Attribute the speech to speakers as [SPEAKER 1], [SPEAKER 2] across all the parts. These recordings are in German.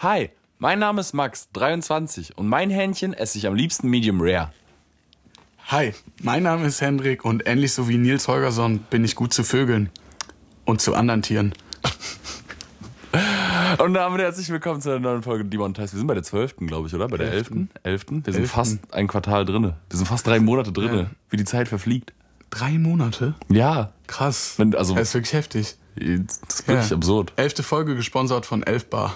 [SPEAKER 1] Hi, mein Name ist Max, 23 und mein Hähnchen esse ich am liebsten Medium Rare.
[SPEAKER 2] Hi, mein Name ist Hendrik und ähnlich so wie Nils Holgersson bin ich gut zu Vögeln und zu anderen Tieren.
[SPEAKER 1] Und damit herzlich willkommen zu einer neuen Folge Demon Ties. Wir sind bei der 12., glaube ich, oder? Bei der 11.? 11. Wir sind
[SPEAKER 2] Elften.
[SPEAKER 1] fast ein Quartal drinne. Wir sind fast drei Monate drinne, wie die Zeit verfliegt.
[SPEAKER 2] Drei Monate?
[SPEAKER 1] Ja,
[SPEAKER 2] Krass.
[SPEAKER 1] Wenn- also-
[SPEAKER 2] das ist wirklich heftig.
[SPEAKER 1] das ist wirklich
[SPEAKER 2] Ja.
[SPEAKER 1] absurd.
[SPEAKER 2] Elfte Folge gesponsert von Elfbar.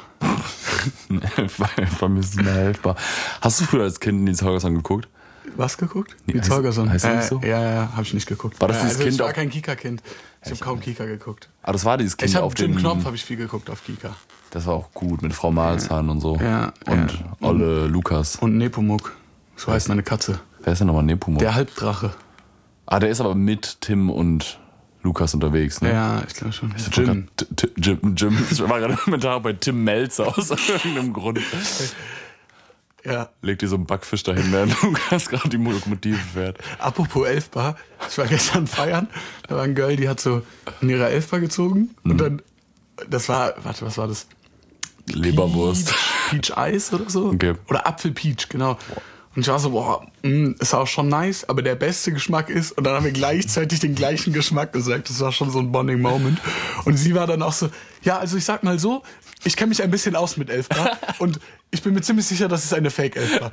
[SPEAKER 1] Vermisst mehr helfbar. Hast du früher als Kind Nils Holgersson geguckt?
[SPEAKER 2] Was geguckt? Nils
[SPEAKER 1] heißt-
[SPEAKER 2] Holgersson.
[SPEAKER 1] heißt er nicht
[SPEAKER 2] Äh,
[SPEAKER 1] so?
[SPEAKER 2] Ja, ja, habe ich nicht geguckt.
[SPEAKER 1] War das
[SPEAKER 2] Äh,
[SPEAKER 1] dieses
[SPEAKER 2] also
[SPEAKER 1] Kind
[SPEAKER 2] ich war
[SPEAKER 1] auf-
[SPEAKER 2] kein Kika-Kind. Ich habe kaum Kika geguckt.
[SPEAKER 1] Ah, das war dieses Kind
[SPEAKER 2] Ich habe
[SPEAKER 1] auf
[SPEAKER 2] Jim
[SPEAKER 1] dem...
[SPEAKER 2] Knopf habe ich viel geguckt auf Kika.
[SPEAKER 1] Das war auch gut, mit Frau Mahlzahn und so.
[SPEAKER 2] Ja,
[SPEAKER 1] und
[SPEAKER 2] ja.
[SPEAKER 1] Olle Lukas.
[SPEAKER 2] Und Nepomuk. So heißt meine Katze.
[SPEAKER 1] Wer ist denn nochmal Nepomuk?
[SPEAKER 2] Der Halbdrache.
[SPEAKER 1] Ah, der ist aber mit Tim und Lukas unterwegs, ne?
[SPEAKER 2] Ja, ich glaube schon.
[SPEAKER 1] Jim. Jim, Jim. Ich war gerade mit bei Tim Melzer aus irgendeinem Grund.
[SPEAKER 2] Ja.
[SPEAKER 1] Legt dir so einen Backfisch dahin, während Lukas gerade die Lokomotive fährt.
[SPEAKER 2] Apropos Elfbar, ich war gestern feiern, da war ein Girl, die hat so in ihrer Elfbar gezogen und dann, das war, warte, was war das?
[SPEAKER 1] Leberwurst.
[SPEAKER 2] Peach, Peach Eis oder so?
[SPEAKER 1] Okay.
[SPEAKER 2] Oder Apfelpeach, genau. Und ich war so, boah, mh, ist auch schon nice, aber der beste Geschmack ist, und dann haben wir gleichzeitig den gleichen Geschmack gesagt, das war schon so ein bonding Moment. Und sie war dann auch so, ja, also ich sag mal so, ich kenne mich ein bisschen aus mit Elfbar und ich bin mir ziemlich sicher, das ist eine Fake-Elfbar.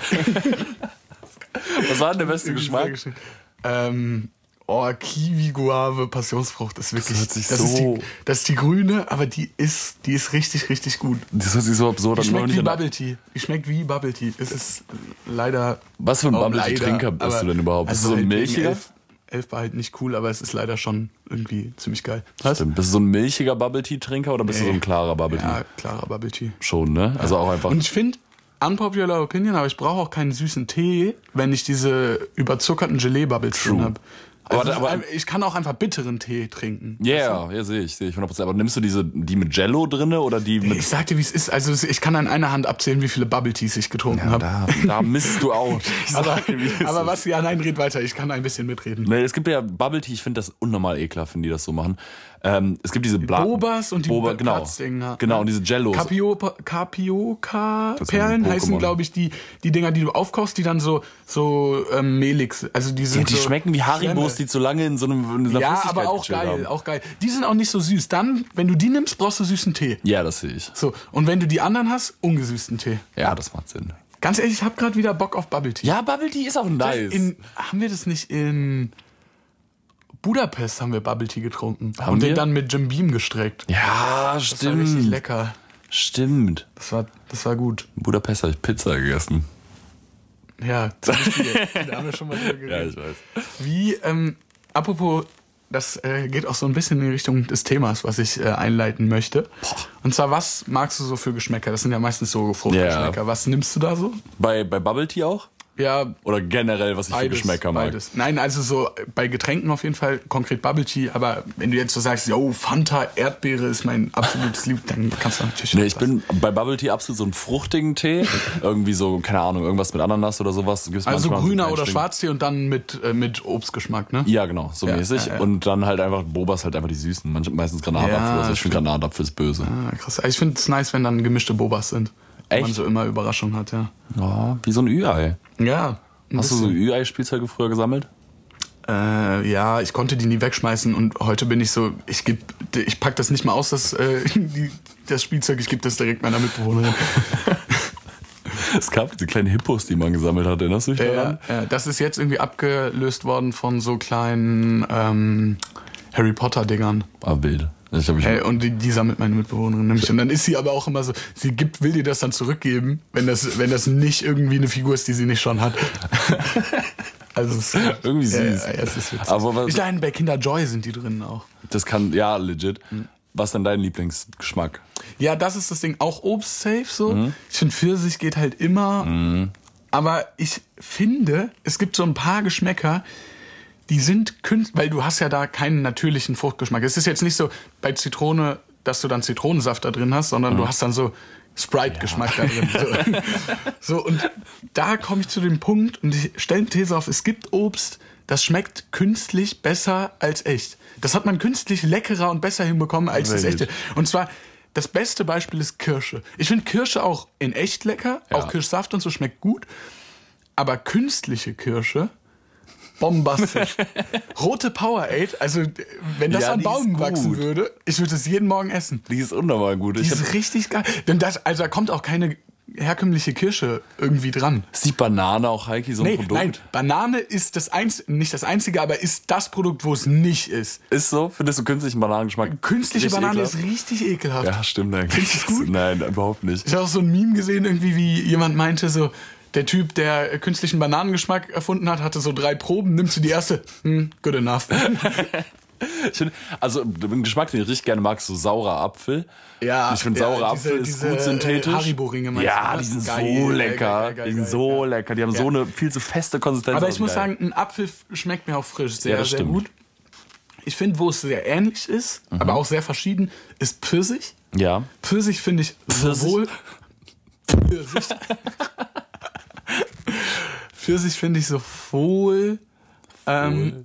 [SPEAKER 1] Was war denn der beste Geschmack?
[SPEAKER 2] Geschmack. Ähm, oh, Kiwi, Guave, Passionsfrucht ist wirklich.
[SPEAKER 1] hört sich
[SPEAKER 2] ist
[SPEAKER 1] so-
[SPEAKER 2] die, das ist die grüne, aber die ist, die ist richtig, richtig gut.
[SPEAKER 1] Das hört sich so absurd an.
[SPEAKER 2] Die
[SPEAKER 1] nur
[SPEAKER 2] schmeckt
[SPEAKER 1] nicht
[SPEAKER 2] wie
[SPEAKER 1] an-
[SPEAKER 2] Bubble Tea. Die schmeckt wie Bubble Tea. Es ist leider.
[SPEAKER 1] Was für ein
[SPEAKER 2] oh,
[SPEAKER 1] Bubble Tea
[SPEAKER 2] leider,
[SPEAKER 1] Trinker bist
[SPEAKER 2] aber-
[SPEAKER 1] du denn überhaupt? Bist du so ein
[SPEAKER 2] halt wegen
[SPEAKER 1] Milchiger?
[SPEAKER 2] Elf, Elf war halt nicht cool, aber es ist leider schon irgendwie ziemlich geil. Was?
[SPEAKER 1] Stimmt. Bist du so ein milchiger Bubble Tea Trinker oder bist du so ein klarer Bubble Tea?
[SPEAKER 2] Ja, klarer Bubble Tea.
[SPEAKER 1] Schon, ne? Also auch einfach.
[SPEAKER 2] Und ich finde, unpopular opinion, aber ich brauche auch keinen süßen Tee, wenn ich diese überzuckerten Gelee-Bubbles drin habe.
[SPEAKER 1] Aber-
[SPEAKER 2] Also,
[SPEAKER 1] aber-
[SPEAKER 2] ich kann auch einfach bitteren Tee trinken.
[SPEAKER 1] Ja, yeah, ja, sehe ich, sehe ich 100%. Aber nimmst du diese, die mit Jello drinne oder die mit...
[SPEAKER 2] Ich sag dir, wie es ist. Also es- ich kann an einer Hand abzählen, wie viele Bubble Teas ich getrunken habe.
[SPEAKER 1] Da, da misst du auch. Ich sag
[SPEAKER 2] Aber,
[SPEAKER 1] dir, wie es
[SPEAKER 2] aber
[SPEAKER 1] ist.
[SPEAKER 2] was? Ja, nein, red weiter. Ich kann ein bisschen mitreden.
[SPEAKER 1] Nee, es gibt ja Bubble Tea, ich finde das unnormal ekelhaft, wenn die das so machen. Ähm, es gibt diese Bla
[SPEAKER 2] Bobas und die
[SPEAKER 1] Boba, genau.
[SPEAKER 2] Platzinger.
[SPEAKER 1] Genau, und diese Jellos.
[SPEAKER 2] Capioca- Capioca-Perlen
[SPEAKER 1] Pokémon.
[SPEAKER 2] heißen, glaube ich, die, die Dinger, die du aufkochst, die dann so, so ähm, mehlig sind. Also die,
[SPEAKER 1] ja,
[SPEAKER 2] sind
[SPEAKER 1] die
[SPEAKER 2] so
[SPEAKER 1] schmecken wie Haribos,
[SPEAKER 2] Schwämme.
[SPEAKER 1] die zu lange in so einem in einer
[SPEAKER 2] Ja,
[SPEAKER 1] Flüssigkeit
[SPEAKER 2] aber auch
[SPEAKER 1] gechillt
[SPEAKER 2] geil,
[SPEAKER 1] haben.
[SPEAKER 2] auch geil. Die sind auch nicht so süß. Dann, wenn du die nimmst, brauchst du süßen Tee.
[SPEAKER 1] Ja, das sehe ich.
[SPEAKER 2] So, und wenn du die anderen hast, ungesüßten Tee.
[SPEAKER 1] Ja, das macht Sinn.
[SPEAKER 2] Ganz ehrlich, ich hab gerade wieder Bock auf Bubble Tea.
[SPEAKER 1] Ja, Bubble Tea ist auch nice.
[SPEAKER 2] In, haben wir das nicht in Budapest haben wir Bubble Tea getrunken
[SPEAKER 1] Haben
[SPEAKER 2] und den
[SPEAKER 1] wir?
[SPEAKER 2] dann mit Jim Beam gestreckt.
[SPEAKER 1] ja,
[SPEAKER 2] Das war richtig
[SPEAKER 1] stimmt.
[SPEAKER 2] lecker.
[SPEAKER 1] Stimmt.
[SPEAKER 2] Das war, das war gut.
[SPEAKER 1] In Budapest habe ich Pizza gegessen.
[SPEAKER 2] Ja, zum Beispiel. da haben wir schon mal drüber
[SPEAKER 1] Ja,
[SPEAKER 2] geredet.
[SPEAKER 1] ich weiß.
[SPEAKER 2] Wie, ähm, apropos, das äh, geht auch so ein bisschen in die Richtung des Themas, was ich äh, einleiten möchte. Und zwar, was magst du so für Geschmäcker? Das sind ja meistens so Fruchtgeschmäcker.
[SPEAKER 1] Ja.
[SPEAKER 2] Was nimmst du da so?
[SPEAKER 1] Bei, bei Bubble Tea auch?
[SPEAKER 2] Ja,
[SPEAKER 1] Oder generell, was ich
[SPEAKER 2] beides.
[SPEAKER 1] für Geschmäcker mag?
[SPEAKER 2] beides. Nein, also so bei Getränken auf jeden Fall, konkret Bubble Tea. Aber wenn du jetzt so sagst, yo, Fanta, Erdbeere ist mein absolutes Lieb, dann kannst du natürlich...
[SPEAKER 1] Nee, ich bin bei Bubble Tea absolut so einen fruchtigen Tee. Irgendwie so, keine Ahnung, irgendwas mit Ananas oder sowas. Gibt's
[SPEAKER 2] Also
[SPEAKER 1] manchmal so
[SPEAKER 2] grüner
[SPEAKER 1] einen
[SPEAKER 2] oder
[SPEAKER 1] Einstieg.
[SPEAKER 2] Schwarztee und dann mit, äh, mit Obstgeschmack, ne?
[SPEAKER 1] Ja, genau, so
[SPEAKER 2] Ja,
[SPEAKER 1] mäßig.
[SPEAKER 2] ja, ja.
[SPEAKER 1] Und dann halt einfach, Bobas halt einfach die süßen. Manch, meistens Granatapfel
[SPEAKER 2] Ja,
[SPEAKER 1] oder so. Ich finde Granatapfel ist böse.
[SPEAKER 2] Ah, krass. Ich finde es nice, wenn dann gemischte Bobas sind. Wenn man
[SPEAKER 1] Echt?
[SPEAKER 2] so immer Überraschungen hat, ja.
[SPEAKER 1] Oh, wie so ein Ü-Ei.
[SPEAKER 2] Ja. ein
[SPEAKER 1] Hast du so Ü-Ei-Spielzeuge früher gesammelt?
[SPEAKER 2] Äh, ja, ich konnte die nie wegschmeißen und heute bin ich so, ich geb, ich pack das nicht mal aus, das, äh, die, das Spielzeug, ich gebe das direkt meiner Mitbewohnerin.
[SPEAKER 1] Es gab diese kleinen Hippos, die man gesammelt hat. Erinnerst du dich
[SPEAKER 2] äh,
[SPEAKER 1] daran?
[SPEAKER 2] äh, das ist jetzt irgendwie abgelöst worden von so kleinen ähm, Harry Potter Dingern.
[SPEAKER 1] Ah, wild. Ich glaub, ich
[SPEAKER 2] Äh, und die, die sammelt meine Mitbewohnerin nämlich. Und dann ist sie aber auch immer so, sie gibt, will dir das dann zurückgeben, wenn das, wenn das nicht irgendwie eine Figur ist, die sie nicht schon hat. also es ist,
[SPEAKER 1] Irgendwie
[SPEAKER 2] Ja,
[SPEAKER 1] süß.
[SPEAKER 2] ja, ja, es ist witzig.
[SPEAKER 1] Aber was-
[SPEAKER 2] ich dachte, bei Kinder Joy sind die drinnen auch.
[SPEAKER 1] das kann, ja, legit.
[SPEAKER 2] Hm.
[SPEAKER 1] Was ist denn dein Lieblingsgeschmack?
[SPEAKER 2] Ja, das ist das Ding. Auch Obst safe so. Ich finde, Pfirsich geht halt immer. Aber ich finde, es gibt so ein paar Geschmäcker, die sind künstlich, weil du hast ja da keinen natürlichen Fruchtgeschmack. Es ist jetzt nicht so bei Zitrone, dass du dann Zitronensaft da drin hast, sondern du hast dann so Sprite-Geschmack da drin. So. so, und da komme ich zu dem Punkt und ich stelle eine These auf, es gibt Obst, das schmeckt künstlich besser als echt. Das hat man künstlich leckerer und besser hinbekommen als das
[SPEAKER 1] Richtig.
[SPEAKER 2] echte. Und zwar das beste Beispiel ist Kirsche. Ich finde Kirsche auch in echt lecker,
[SPEAKER 1] Ja.
[SPEAKER 2] auch Kirschsaft und so schmeckt gut. Aber künstliche Kirsche, bombastisch. Rote Powerade, also wenn das
[SPEAKER 1] Ja,
[SPEAKER 2] an
[SPEAKER 1] die ist
[SPEAKER 2] Baum wachsen
[SPEAKER 1] gut.
[SPEAKER 2] würde, ich würde es jeden Morgen essen.
[SPEAKER 1] Die ist unnormal gut.
[SPEAKER 2] Die
[SPEAKER 1] Ich hab,
[SPEAKER 2] ist richtig geil. Denn das, also da kommt auch keine herkömmliche Kirsche irgendwie dran.
[SPEAKER 1] ist die Banane auch Heiki so ein
[SPEAKER 2] Nee,
[SPEAKER 1] Produkt?
[SPEAKER 2] nein, Banane ist das eins, nicht das einzige, aber ist das Produkt, wo es nicht ist.
[SPEAKER 1] Ist so? Findest du künstlichen Bananengeschmack?
[SPEAKER 2] Künstliche
[SPEAKER 1] richtig
[SPEAKER 2] Banane
[SPEAKER 1] ekelhaft?
[SPEAKER 2] ist richtig ekelhaft.
[SPEAKER 1] Ja, stimmt eigentlich.
[SPEAKER 2] Findest du's gut?
[SPEAKER 1] Nein, überhaupt nicht.
[SPEAKER 2] Ich habe auch so ein Meme gesehen, irgendwie, wie jemand meinte, so, der Typ, der künstlichen Bananengeschmack erfunden hat, hatte so drei Proben, nimmst du die erste? Hm, good enough.
[SPEAKER 1] Ich find, also den Geschmack, den ich richtig gerne mag, ist so saurer Apfel.
[SPEAKER 2] Ja,
[SPEAKER 1] ich finde
[SPEAKER 2] ja,
[SPEAKER 1] saurer
[SPEAKER 2] diese-
[SPEAKER 1] Apfel ist
[SPEAKER 2] diese,
[SPEAKER 1] gut
[SPEAKER 2] äh,
[SPEAKER 1] synthetisch.
[SPEAKER 2] Haribo-Ringe meinst
[SPEAKER 1] Ja,
[SPEAKER 2] du,
[SPEAKER 1] die
[SPEAKER 2] ne?
[SPEAKER 1] sind
[SPEAKER 2] Geil,
[SPEAKER 1] so
[SPEAKER 2] geil,
[SPEAKER 1] lecker.
[SPEAKER 2] geil, geil,
[SPEAKER 1] die sind
[SPEAKER 2] geil,
[SPEAKER 1] so
[SPEAKER 2] geil.
[SPEAKER 1] lecker. Die haben so
[SPEAKER 2] Ja.
[SPEAKER 1] eine viel zu feste Konsistenz.
[SPEAKER 2] Aber
[SPEAKER 1] das
[SPEAKER 2] ich
[SPEAKER 1] ist
[SPEAKER 2] muss
[SPEAKER 1] geil.
[SPEAKER 2] sagen, ein Apfel f- schmeckt mir auch frisch sehr,
[SPEAKER 1] Ja, das
[SPEAKER 2] sehr
[SPEAKER 1] stimmt. Mhm.
[SPEAKER 2] gut. Ich finde, wo es sehr ähnlich ist, aber auch sehr verschieden, ist Pfirsich.
[SPEAKER 1] Ja.
[SPEAKER 2] Pfirsich finde ich
[SPEAKER 1] Pfirsich?
[SPEAKER 2] sowohl. Pfirsich. Pfirsich finde ich sowohl ähm,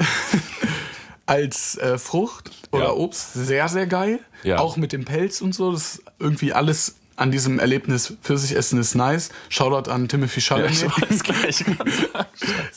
[SPEAKER 2] als äh, Frucht oder
[SPEAKER 1] Ja.
[SPEAKER 2] Obst sehr, sehr geil.
[SPEAKER 1] Ja.
[SPEAKER 2] Auch mit dem Pelz und so. Das ist irgendwie alles an diesem Erlebnis Pfirsichessen ist nice. Shoutout an Timothy Chalamet
[SPEAKER 1] weiß gleich.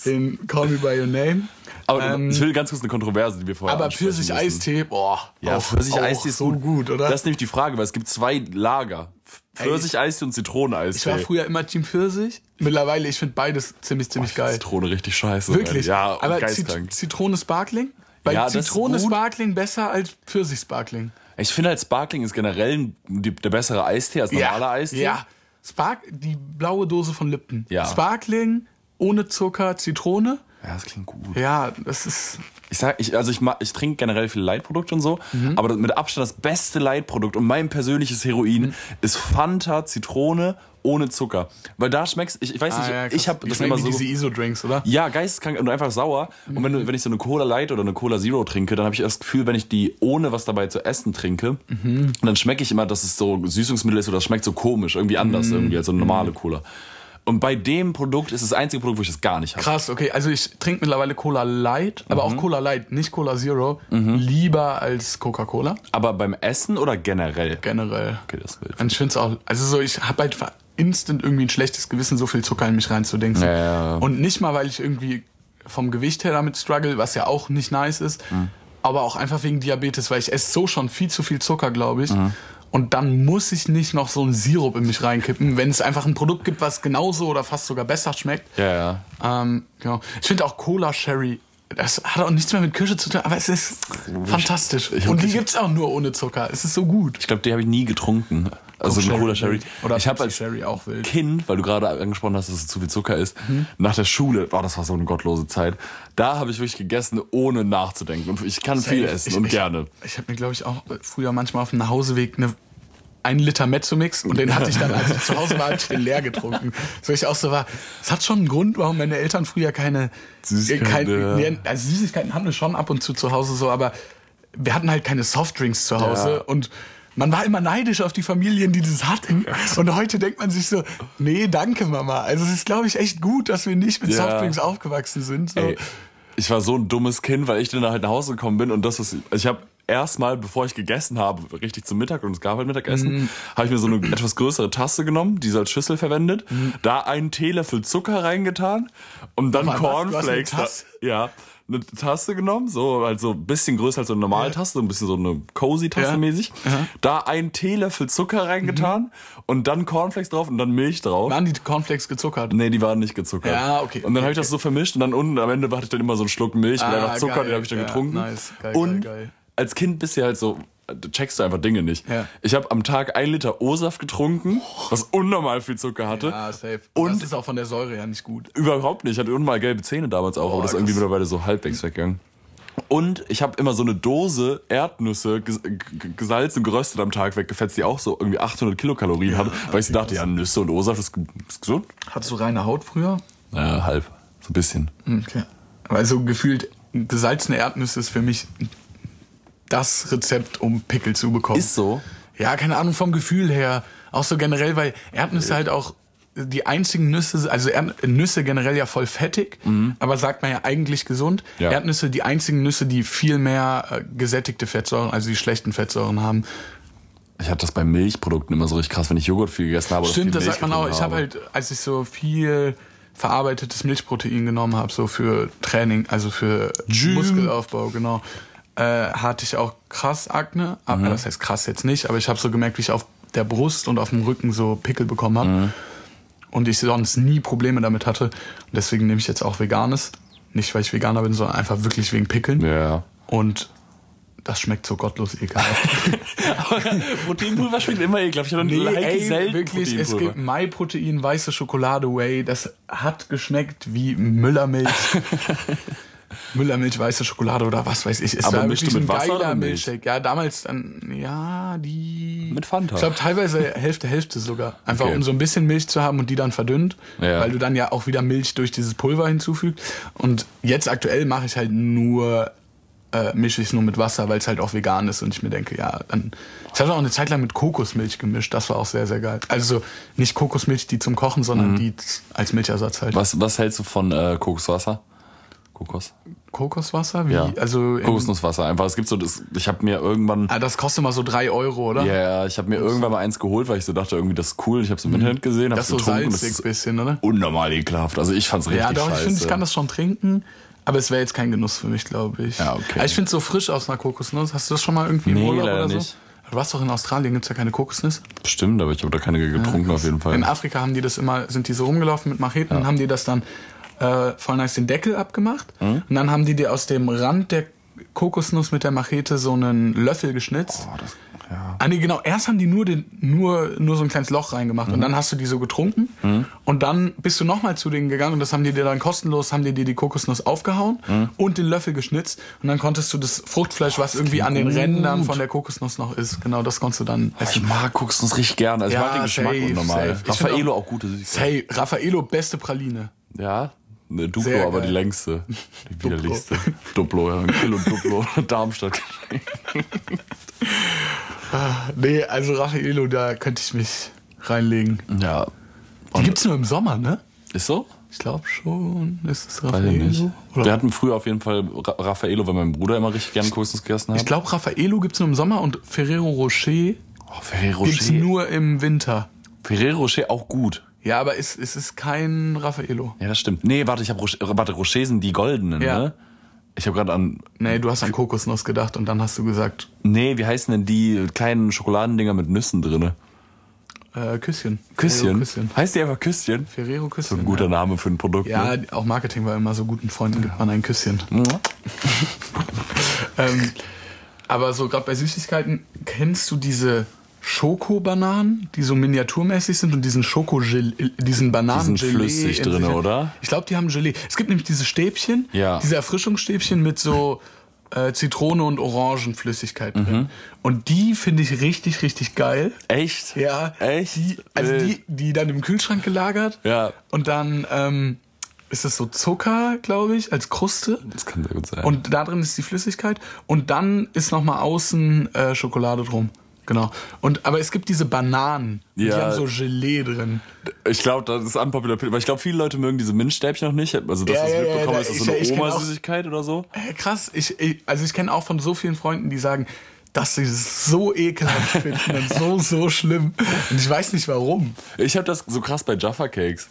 [SPEAKER 2] in Call Me By Your Name.
[SPEAKER 1] Aber ich will ganz kurz eine Kontroverse, die wir vorher
[SPEAKER 2] Ähm, Aber
[SPEAKER 1] ansprechen müssen.
[SPEAKER 2] Pfirsich-Eistee, boah.
[SPEAKER 1] Ja,
[SPEAKER 2] auch-
[SPEAKER 1] Pfirsich-Eistee
[SPEAKER 2] auch
[SPEAKER 1] ist
[SPEAKER 2] so gut, oder?
[SPEAKER 1] Das ist nämlich die Frage, weil es gibt zwei Lager. Pfirsich-Eistee und Zitroneneistee.
[SPEAKER 2] ich war früher immer Team Pfirsich. Mittlerweile, ich finde beides ziemlich, ziemlich geil.
[SPEAKER 1] Zitrone richtig scheiße.
[SPEAKER 2] Wirklich.
[SPEAKER 1] Ja, und
[SPEAKER 2] aber Zit
[SPEAKER 1] geistkrank.
[SPEAKER 2] Zitrone Sparkling? Bei
[SPEAKER 1] Ja, das ist
[SPEAKER 2] Zitrone
[SPEAKER 1] gut.
[SPEAKER 2] Sparkling besser als Pfirsich Sparkling.
[SPEAKER 1] Ich finde halt Sparkling ist generell die, der bessere Eistee als normaler Eistee.
[SPEAKER 2] Ja. Spark die blaue Dose von Lipton.
[SPEAKER 1] Ja.
[SPEAKER 2] Sparkling ohne Zucker, Zitrone.
[SPEAKER 1] Ja, das klingt gut.
[SPEAKER 2] Ja, das ist
[SPEAKER 1] Ich sag, ich, also ich, ma- ich trinke generell viele Leitprodukte und so,
[SPEAKER 2] Mhm.
[SPEAKER 1] aber mit Abstand das beste Leitprodukt und mein persönliches Heroin
[SPEAKER 2] Mhm.
[SPEAKER 1] ist Fanta Zitrone ohne Zucker. Weil da schmeckst, ich, ich weiß nicht,
[SPEAKER 2] Ah, ja,
[SPEAKER 1] ich habe das
[SPEAKER 2] das
[SPEAKER 1] immer so.
[SPEAKER 2] diese ISO Drinks, oder?
[SPEAKER 1] Ja, geisteskrank und einfach sauer. Und wenn, du, wenn ich so eine Cola Light oder eine Cola Zero trinke, dann habe ich das Gefühl, wenn ich die ohne was dabei zu essen trinke, dann schmecke ich immer, dass es so Süßungsmittel ist oder das schmeckt so komisch, irgendwie anders irgendwie als so eine normale Cola. Und bei dem Produkt ist das einzige Produkt, wo ich das gar nicht habe.
[SPEAKER 2] Krass, okay. Also ich trinke mittlerweile Cola Light, aber
[SPEAKER 1] Mhm.
[SPEAKER 2] auch Cola Light, nicht Cola Zero, lieber als Coca-Cola
[SPEAKER 1] Aber beim Essen oder generell?
[SPEAKER 2] generell.
[SPEAKER 1] Okay, das ist wild.
[SPEAKER 2] Und ich finde es auch, also so, ich habe halt instant irgendwie ein schlechtes Gewissen, so viel Zucker in mich reinzudenken.
[SPEAKER 1] Ja, ja, ja.
[SPEAKER 2] Und nicht mal, weil ich irgendwie vom Gewicht her damit struggle, was ja auch nicht nice ist,
[SPEAKER 1] Mhm.
[SPEAKER 2] aber auch einfach wegen Diabetes, weil ich esse so schon viel zu viel Zucker, glaube ich.
[SPEAKER 1] Mhm.
[SPEAKER 2] Und dann muss ich nicht noch so einen Sirup in mich reinkippen, wenn es einfach ein Produkt gibt, was genauso oder fast sogar besser schmeckt.
[SPEAKER 1] Ja, ja.
[SPEAKER 2] Ähm, genau. Ich finde auch Cola Sherry, das hat auch nichts mehr mit Kirsche zu tun, aber es ist fantastisch. Und die gibt's auch nur ohne Zucker. Es ist so gut.
[SPEAKER 1] Ich glaube, die habe ich nie getrunken. Also eine Cola Sherry.
[SPEAKER 2] Oder
[SPEAKER 1] ich habe als
[SPEAKER 2] Sherry auch wild.
[SPEAKER 1] Kind, weil du gerade angesprochen hast, dass es zu viel Zucker ist, nach der Schule, oh, das war so eine gottlose Zeit, da habe ich wirklich gegessen, ohne nachzudenken. Und ich kann viel essen
[SPEAKER 2] Ich-
[SPEAKER 1] und
[SPEAKER 2] ich,
[SPEAKER 1] gerne.
[SPEAKER 2] Ich habe mir, glaube ich, auch früher manchmal auf dem Nachhauseweg eine, einen Liter Mezzomix und den hatte ich dann, als ich zu Hause war, habe ich den leer getrunken. So ich auch so war. Es hat schon einen Grund, warum meine Eltern früher keine
[SPEAKER 1] Süßigkeiten,
[SPEAKER 2] keine-
[SPEAKER 1] ja.
[SPEAKER 2] nee, also Süßigkeiten haben wir schon ab und zu zu Hause so, aber wir hatten halt keine Softdrinks zu Hause
[SPEAKER 1] Ja.
[SPEAKER 2] und man war immer neidisch auf die Familien, die das hatten. Und heute denkt man sich so, nee, danke Mama. Also es ist, glaube ich, echt gut, dass wir nicht mit
[SPEAKER 1] Ja.
[SPEAKER 2] Softdrinks aufgewachsen sind. So.
[SPEAKER 1] Ey, ich war so ein dummes Kind, weil ich dann halt nach Hause gekommen bin und das, was ich, also ich habe erstmal, bevor ich gegessen habe, richtig zum Mittag und es gab halt Mittagessen,
[SPEAKER 2] Mhm.
[SPEAKER 1] habe ich mir so eine etwas größere Tasse genommen, die so als Schüssel verwendet,
[SPEAKER 2] Mhm.
[SPEAKER 1] da einen Teelöffel Zucker reingetan und dann
[SPEAKER 2] Warte, was? Du hast eine
[SPEAKER 1] Cornflakes. da-
[SPEAKER 2] Tasse?
[SPEAKER 1] Ja, eine Tasse genommen, so halt so ein bisschen größer als so eine normale Tasse, so ein bisschen so eine cozy Tasse
[SPEAKER 2] Ja. Mhm.
[SPEAKER 1] mäßig. Da einen Teelöffel Zucker reingetan und dann Cornflakes drauf und dann Milch drauf.
[SPEAKER 2] Waren die Cornflakes gezuckert?
[SPEAKER 1] Nee, die waren nicht gezuckert.
[SPEAKER 2] Ja, okay,
[SPEAKER 1] Und dann
[SPEAKER 2] okay,
[SPEAKER 1] habe ich das so vermischt und dann unten am Ende hatte ich dann immer so einen Schluck Milch mit
[SPEAKER 2] Ah,
[SPEAKER 1] einfach Zucker,
[SPEAKER 2] geil,
[SPEAKER 1] den habe ich dann
[SPEAKER 2] ja,
[SPEAKER 1] getrunken.
[SPEAKER 2] nice, geil,
[SPEAKER 1] und
[SPEAKER 2] geil, geil.
[SPEAKER 1] als Kind bist du halt so, du checkst du einfach Dinge nicht.
[SPEAKER 2] Ja.
[SPEAKER 1] Ich habe am Tag einen Liter O-Saft getrunken, was unnormal viel Zucker hatte.
[SPEAKER 2] Ah, safe. Und
[SPEAKER 1] Und-
[SPEAKER 2] das ist auch von der Säure ja nicht gut.
[SPEAKER 1] Überhaupt nicht. Ich hatte unnormal gelbe Zähne damals auch, aber das ist irgendwie
[SPEAKER 2] krass.
[SPEAKER 1] mittlerweile so halbwegs weggegangen. Und ich habe immer so eine Dose Erdnüsse ges g- g- gesalzt und geröstet am Tag weggefetzt, die auch so irgendwie 800 Kilokalorien hatte, weil ich so dachte, ja, Nüsse und O-Saft ist, ge- ist gesund.
[SPEAKER 2] Hattest du reine Haut früher?
[SPEAKER 1] Naja, Äh, halb. So ein bisschen.
[SPEAKER 2] Okay. Weil so gefühlt gesalzene Erdnüsse ist für mich das Rezept, um Pickel zu bekommen.
[SPEAKER 1] Ist so.
[SPEAKER 2] Ja, keine Ahnung vom Gefühl her. Auch so generell, weil Erdnüsse halt auch die einzigen Nüsse, also Erd Nüsse generell ja voll fettig, aber sagt man ja eigentlich gesund.
[SPEAKER 1] Ja.
[SPEAKER 2] Erdnüsse die einzigen Nüsse, die viel mehr äh, gesättigte Fettsäuren, also die schlechten Fettsäuren haben.
[SPEAKER 1] Ich hatte das bei Milchprodukten immer so richtig krass, wenn ich Joghurt viel gegessen habe. oder
[SPEAKER 2] Stimmt,
[SPEAKER 1] viel
[SPEAKER 2] das
[SPEAKER 1] Milch
[SPEAKER 2] sagt man auch.
[SPEAKER 1] getrunken
[SPEAKER 2] Ich habe halt, als ich so viel verarbeitetes Milchprotein genommen habe, so für Training, also für
[SPEAKER 1] Gym.
[SPEAKER 2] Muskelaufbau, genau, äh, hatte ich auch krass Akne.
[SPEAKER 1] Mhm.
[SPEAKER 2] Aber das heißt krass jetzt nicht, aber ich habe so gemerkt, wie ich auf der Brust und auf dem Rücken so Pickel bekommen habe.
[SPEAKER 1] Mhm.
[SPEAKER 2] Und ich sonst nie Probleme damit hatte. Und deswegen nehme ich jetzt auch Veganes. Nicht, weil ich Veganer bin, sondern einfach wirklich wegen Pickeln.
[SPEAKER 1] Ja.
[SPEAKER 2] Und das schmeckt so gottlos ekelhaft.
[SPEAKER 1] Proteinpulver schmeckt immer ekelhaft. Ich habe
[SPEAKER 2] Nee, ey, wirklich, es gibt Mai-Protein, weiße Schokolade Whey, das hat geschmeckt wie Müllermilch. Müllermilch, weiße Schokolade oder was weiß ich. Es
[SPEAKER 1] Aber
[SPEAKER 2] war
[SPEAKER 1] mischte
[SPEAKER 2] wirklich
[SPEAKER 1] mit
[SPEAKER 2] ein
[SPEAKER 1] Wasser
[SPEAKER 2] geiler
[SPEAKER 1] oder Milch?
[SPEAKER 2] Milchshake. Ja, damals dann, ja, die...
[SPEAKER 1] Mit Fanta.
[SPEAKER 2] Ich glaube, teilweise Hälfte, Hälfte sogar. Einfach,
[SPEAKER 1] Okay.
[SPEAKER 2] um so ein bisschen Milch zu haben und die dann verdünnt.
[SPEAKER 1] Ja.
[SPEAKER 2] Weil du dann ja auch wieder Milch durch dieses Pulver hinzufügst. Und jetzt aktuell mache ich halt nur... Äh, mische ich es nur mit Wasser, weil es halt auch vegan ist und ich mir denke, ja, dann. Ich habe auch eine Zeit lang mit Kokosmilch gemischt, das war auch sehr, sehr geil. Also nicht Kokosmilch, die zum Kochen, sondern die z- als Milchersatz halt.
[SPEAKER 1] Mhm. Was, was hältst du von äh, Kokoswasser? Kokos?
[SPEAKER 2] Kokoswasser? Wie?
[SPEAKER 1] Ja.
[SPEAKER 2] Also in-
[SPEAKER 1] Kokosnusswasser. Einfach, es gibt so das, ich habe mir irgendwann
[SPEAKER 2] Ah, das kostet mal so drei Euro, oder?
[SPEAKER 1] Ja, ja, ich habe mir irgendwann mal eins geholt, weil ich so dachte, irgendwie das ist cool. Ich habe es im Internet gesehen, habe
[SPEAKER 2] Mhm. Das
[SPEAKER 1] es
[SPEAKER 2] ist so
[SPEAKER 1] getrunken. und Das
[SPEAKER 2] salzig
[SPEAKER 1] ist
[SPEAKER 2] bisschen, oder?
[SPEAKER 1] unnormal ekelhaft. Also ich fand's richtig
[SPEAKER 2] Ja, doch,
[SPEAKER 1] scheiße.
[SPEAKER 2] ich finde, ich kann das schon trinken, aber es wäre jetzt kein Genuss für mich, glaube ich.
[SPEAKER 1] Ja, okay.
[SPEAKER 2] Aber ich finde es so frisch aus einer Kokosnuss. Hast du das schon mal irgendwie
[SPEAKER 1] Nee,
[SPEAKER 2] im Urlaub
[SPEAKER 1] leider
[SPEAKER 2] oder so?
[SPEAKER 1] nicht.
[SPEAKER 2] Du warst doch in Australien, gibt's ja keine Kokosnuss.
[SPEAKER 1] Stimmt, aber ich habe da keine getrunken auf jeden Fall.
[SPEAKER 2] In Afrika haben die das immer, sind die so rumgelaufen mit Macheten und haben die das dann äh, voll nice den Deckel abgemacht.
[SPEAKER 1] Mhm.
[SPEAKER 2] Und dann haben die dir aus dem Rand der Kokosnuss mit der Machete so einen Löffel geschnitzt.
[SPEAKER 1] Boah, Oh, das, ja.
[SPEAKER 2] Ah nee, genau. Erst haben die nur, den, nur, nur so ein kleines Loch reingemacht und dann hast du die so getrunken und dann bist du nochmal zu denen gegangen und das haben die dir dann kostenlos, haben die dir die Kokosnuss aufgehauen und den Löffel geschnitzt und dann konntest du das Fruchtfleisch, was irgendwie an den Rändern von der Kokosnuss noch ist, genau, das konntest du dann
[SPEAKER 1] Ich
[SPEAKER 2] essen.
[SPEAKER 1] mag Kokosnuss richtig gern. Also
[SPEAKER 2] Ja,
[SPEAKER 1] ich mag den Geschmack
[SPEAKER 2] safe,
[SPEAKER 1] unnormal.
[SPEAKER 2] safe. Ich find
[SPEAKER 1] Raffaello auch gute Süßigkeit.
[SPEAKER 2] Hey, Raffaello, beste Praline.
[SPEAKER 1] Ja, eine Duplo,
[SPEAKER 2] Sehr
[SPEAKER 1] aber
[SPEAKER 2] geil.
[SPEAKER 1] die längste. Die widerlichste. Duplo, ja. Ein Kilo Duplo. Darmstadt.
[SPEAKER 2] Nee, also Raffaello, da könnte ich mich reinlegen.
[SPEAKER 1] Ja.
[SPEAKER 2] Die gibt's nur im Sommer, ne?
[SPEAKER 1] Ist so?
[SPEAKER 2] Ich glaube schon, ist es
[SPEAKER 1] Weiß ich nicht.
[SPEAKER 2] Raffaello.
[SPEAKER 1] Wir
[SPEAKER 2] Oder?
[SPEAKER 1] hatten früher auf jeden Fall Ra Raffaello, weil mein Bruder immer richtig gerne Kokosnuss gegessen hat.
[SPEAKER 2] Ich glaube, Raffaello gibt's nur im Sommer und Ferrero Rocher
[SPEAKER 1] oh, Ferrero
[SPEAKER 2] gibt's
[SPEAKER 1] Rocher.
[SPEAKER 2] nur im Winter.
[SPEAKER 1] Ferrero Rocher auch gut.
[SPEAKER 2] Ja, aber es, es ist kein Raffaello.
[SPEAKER 1] Ja, das stimmt. Nee, warte, ich habe Rocher, warte, Rocher sind die goldenen,
[SPEAKER 2] Ja.
[SPEAKER 1] ne? Ich habe gerade an
[SPEAKER 2] Nee, du hast an Kokosnuss gedacht und dann hast du gesagt,
[SPEAKER 1] Nee, wie heißen denn die kleinen Schokoladendinger mit Nüssen drinne?
[SPEAKER 2] äh, Küsschen.
[SPEAKER 1] Küsschen.
[SPEAKER 2] Ferrero Küsschen.
[SPEAKER 1] Heißt die einfach Küsschen?
[SPEAKER 2] Ferrero Küsschen.
[SPEAKER 1] Ein guter Name für ein Produkt.
[SPEAKER 2] ja.
[SPEAKER 1] Ne? Mhm.
[SPEAKER 2] ja, auch Marketing war immer so guten Freunden gibt man ein Küsschen. Ähm, aber so gerade bei Süßigkeiten, kennst du diese Schokobananen, die so miniaturmäßig sind und diesen Schoko diesen Bananen
[SPEAKER 1] Die sind flüssig drinne, oder?
[SPEAKER 2] Ich glaube, die haben Gelee. Es gibt nämlich diese Stäbchen,
[SPEAKER 1] Ja.
[SPEAKER 2] diese Erfrischungsstäbchen mit so äh, Zitrone und Orangenflüssigkeit
[SPEAKER 1] Mhm.
[SPEAKER 2] drin. Und die finde ich richtig richtig geil.
[SPEAKER 1] Echt?
[SPEAKER 2] Ja.
[SPEAKER 1] Echt?
[SPEAKER 2] Die, also
[SPEAKER 1] Äh,
[SPEAKER 2] die, die dann im Kühlschrank gelagert.
[SPEAKER 1] Ja.
[SPEAKER 2] Und dann ähm, ist es so Zucker, glaube ich, als Kruste.
[SPEAKER 1] Das kann sehr gut sein.
[SPEAKER 2] Und da drin ist die Flüssigkeit. Und dann ist nochmal außen äh, Schokolade drum. Genau. Und, aber es gibt diese Bananen, die
[SPEAKER 1] Ja.
[SPEAKER 2] haben so Gelee drin.
[SPEAKER 1] ich glaube, das ist unpopular, weil ich glaube, viele Leute mögen diese Minzstäbchen noch nicht. Also das,
[SPEAKER 2] Ja,
[SPEAKER 1] was ich
[SPEAKER 2] ja, ja,
[SPEAKER 1] mitbekommen
[SPEAKER 2] ja,
[SPEAKER 1] ist das
[SPEAKER 2] ich-
[SPEAKER 1] so eine
[SPEAKER 2] ich kenn auch-
[SPEAKER 1] Oma-Süßigkeit oder so.
[SPEAKER 2] Äh, krass, ich, ich, also ich kenne auch von so vielen Freunden, die sagen, dass sie es so ekelhaft finden und so, so schlimm. Und ich weiß nicht warum.
[SPEAKER 1] Ich habe das so krass bei Jaffa Cakes.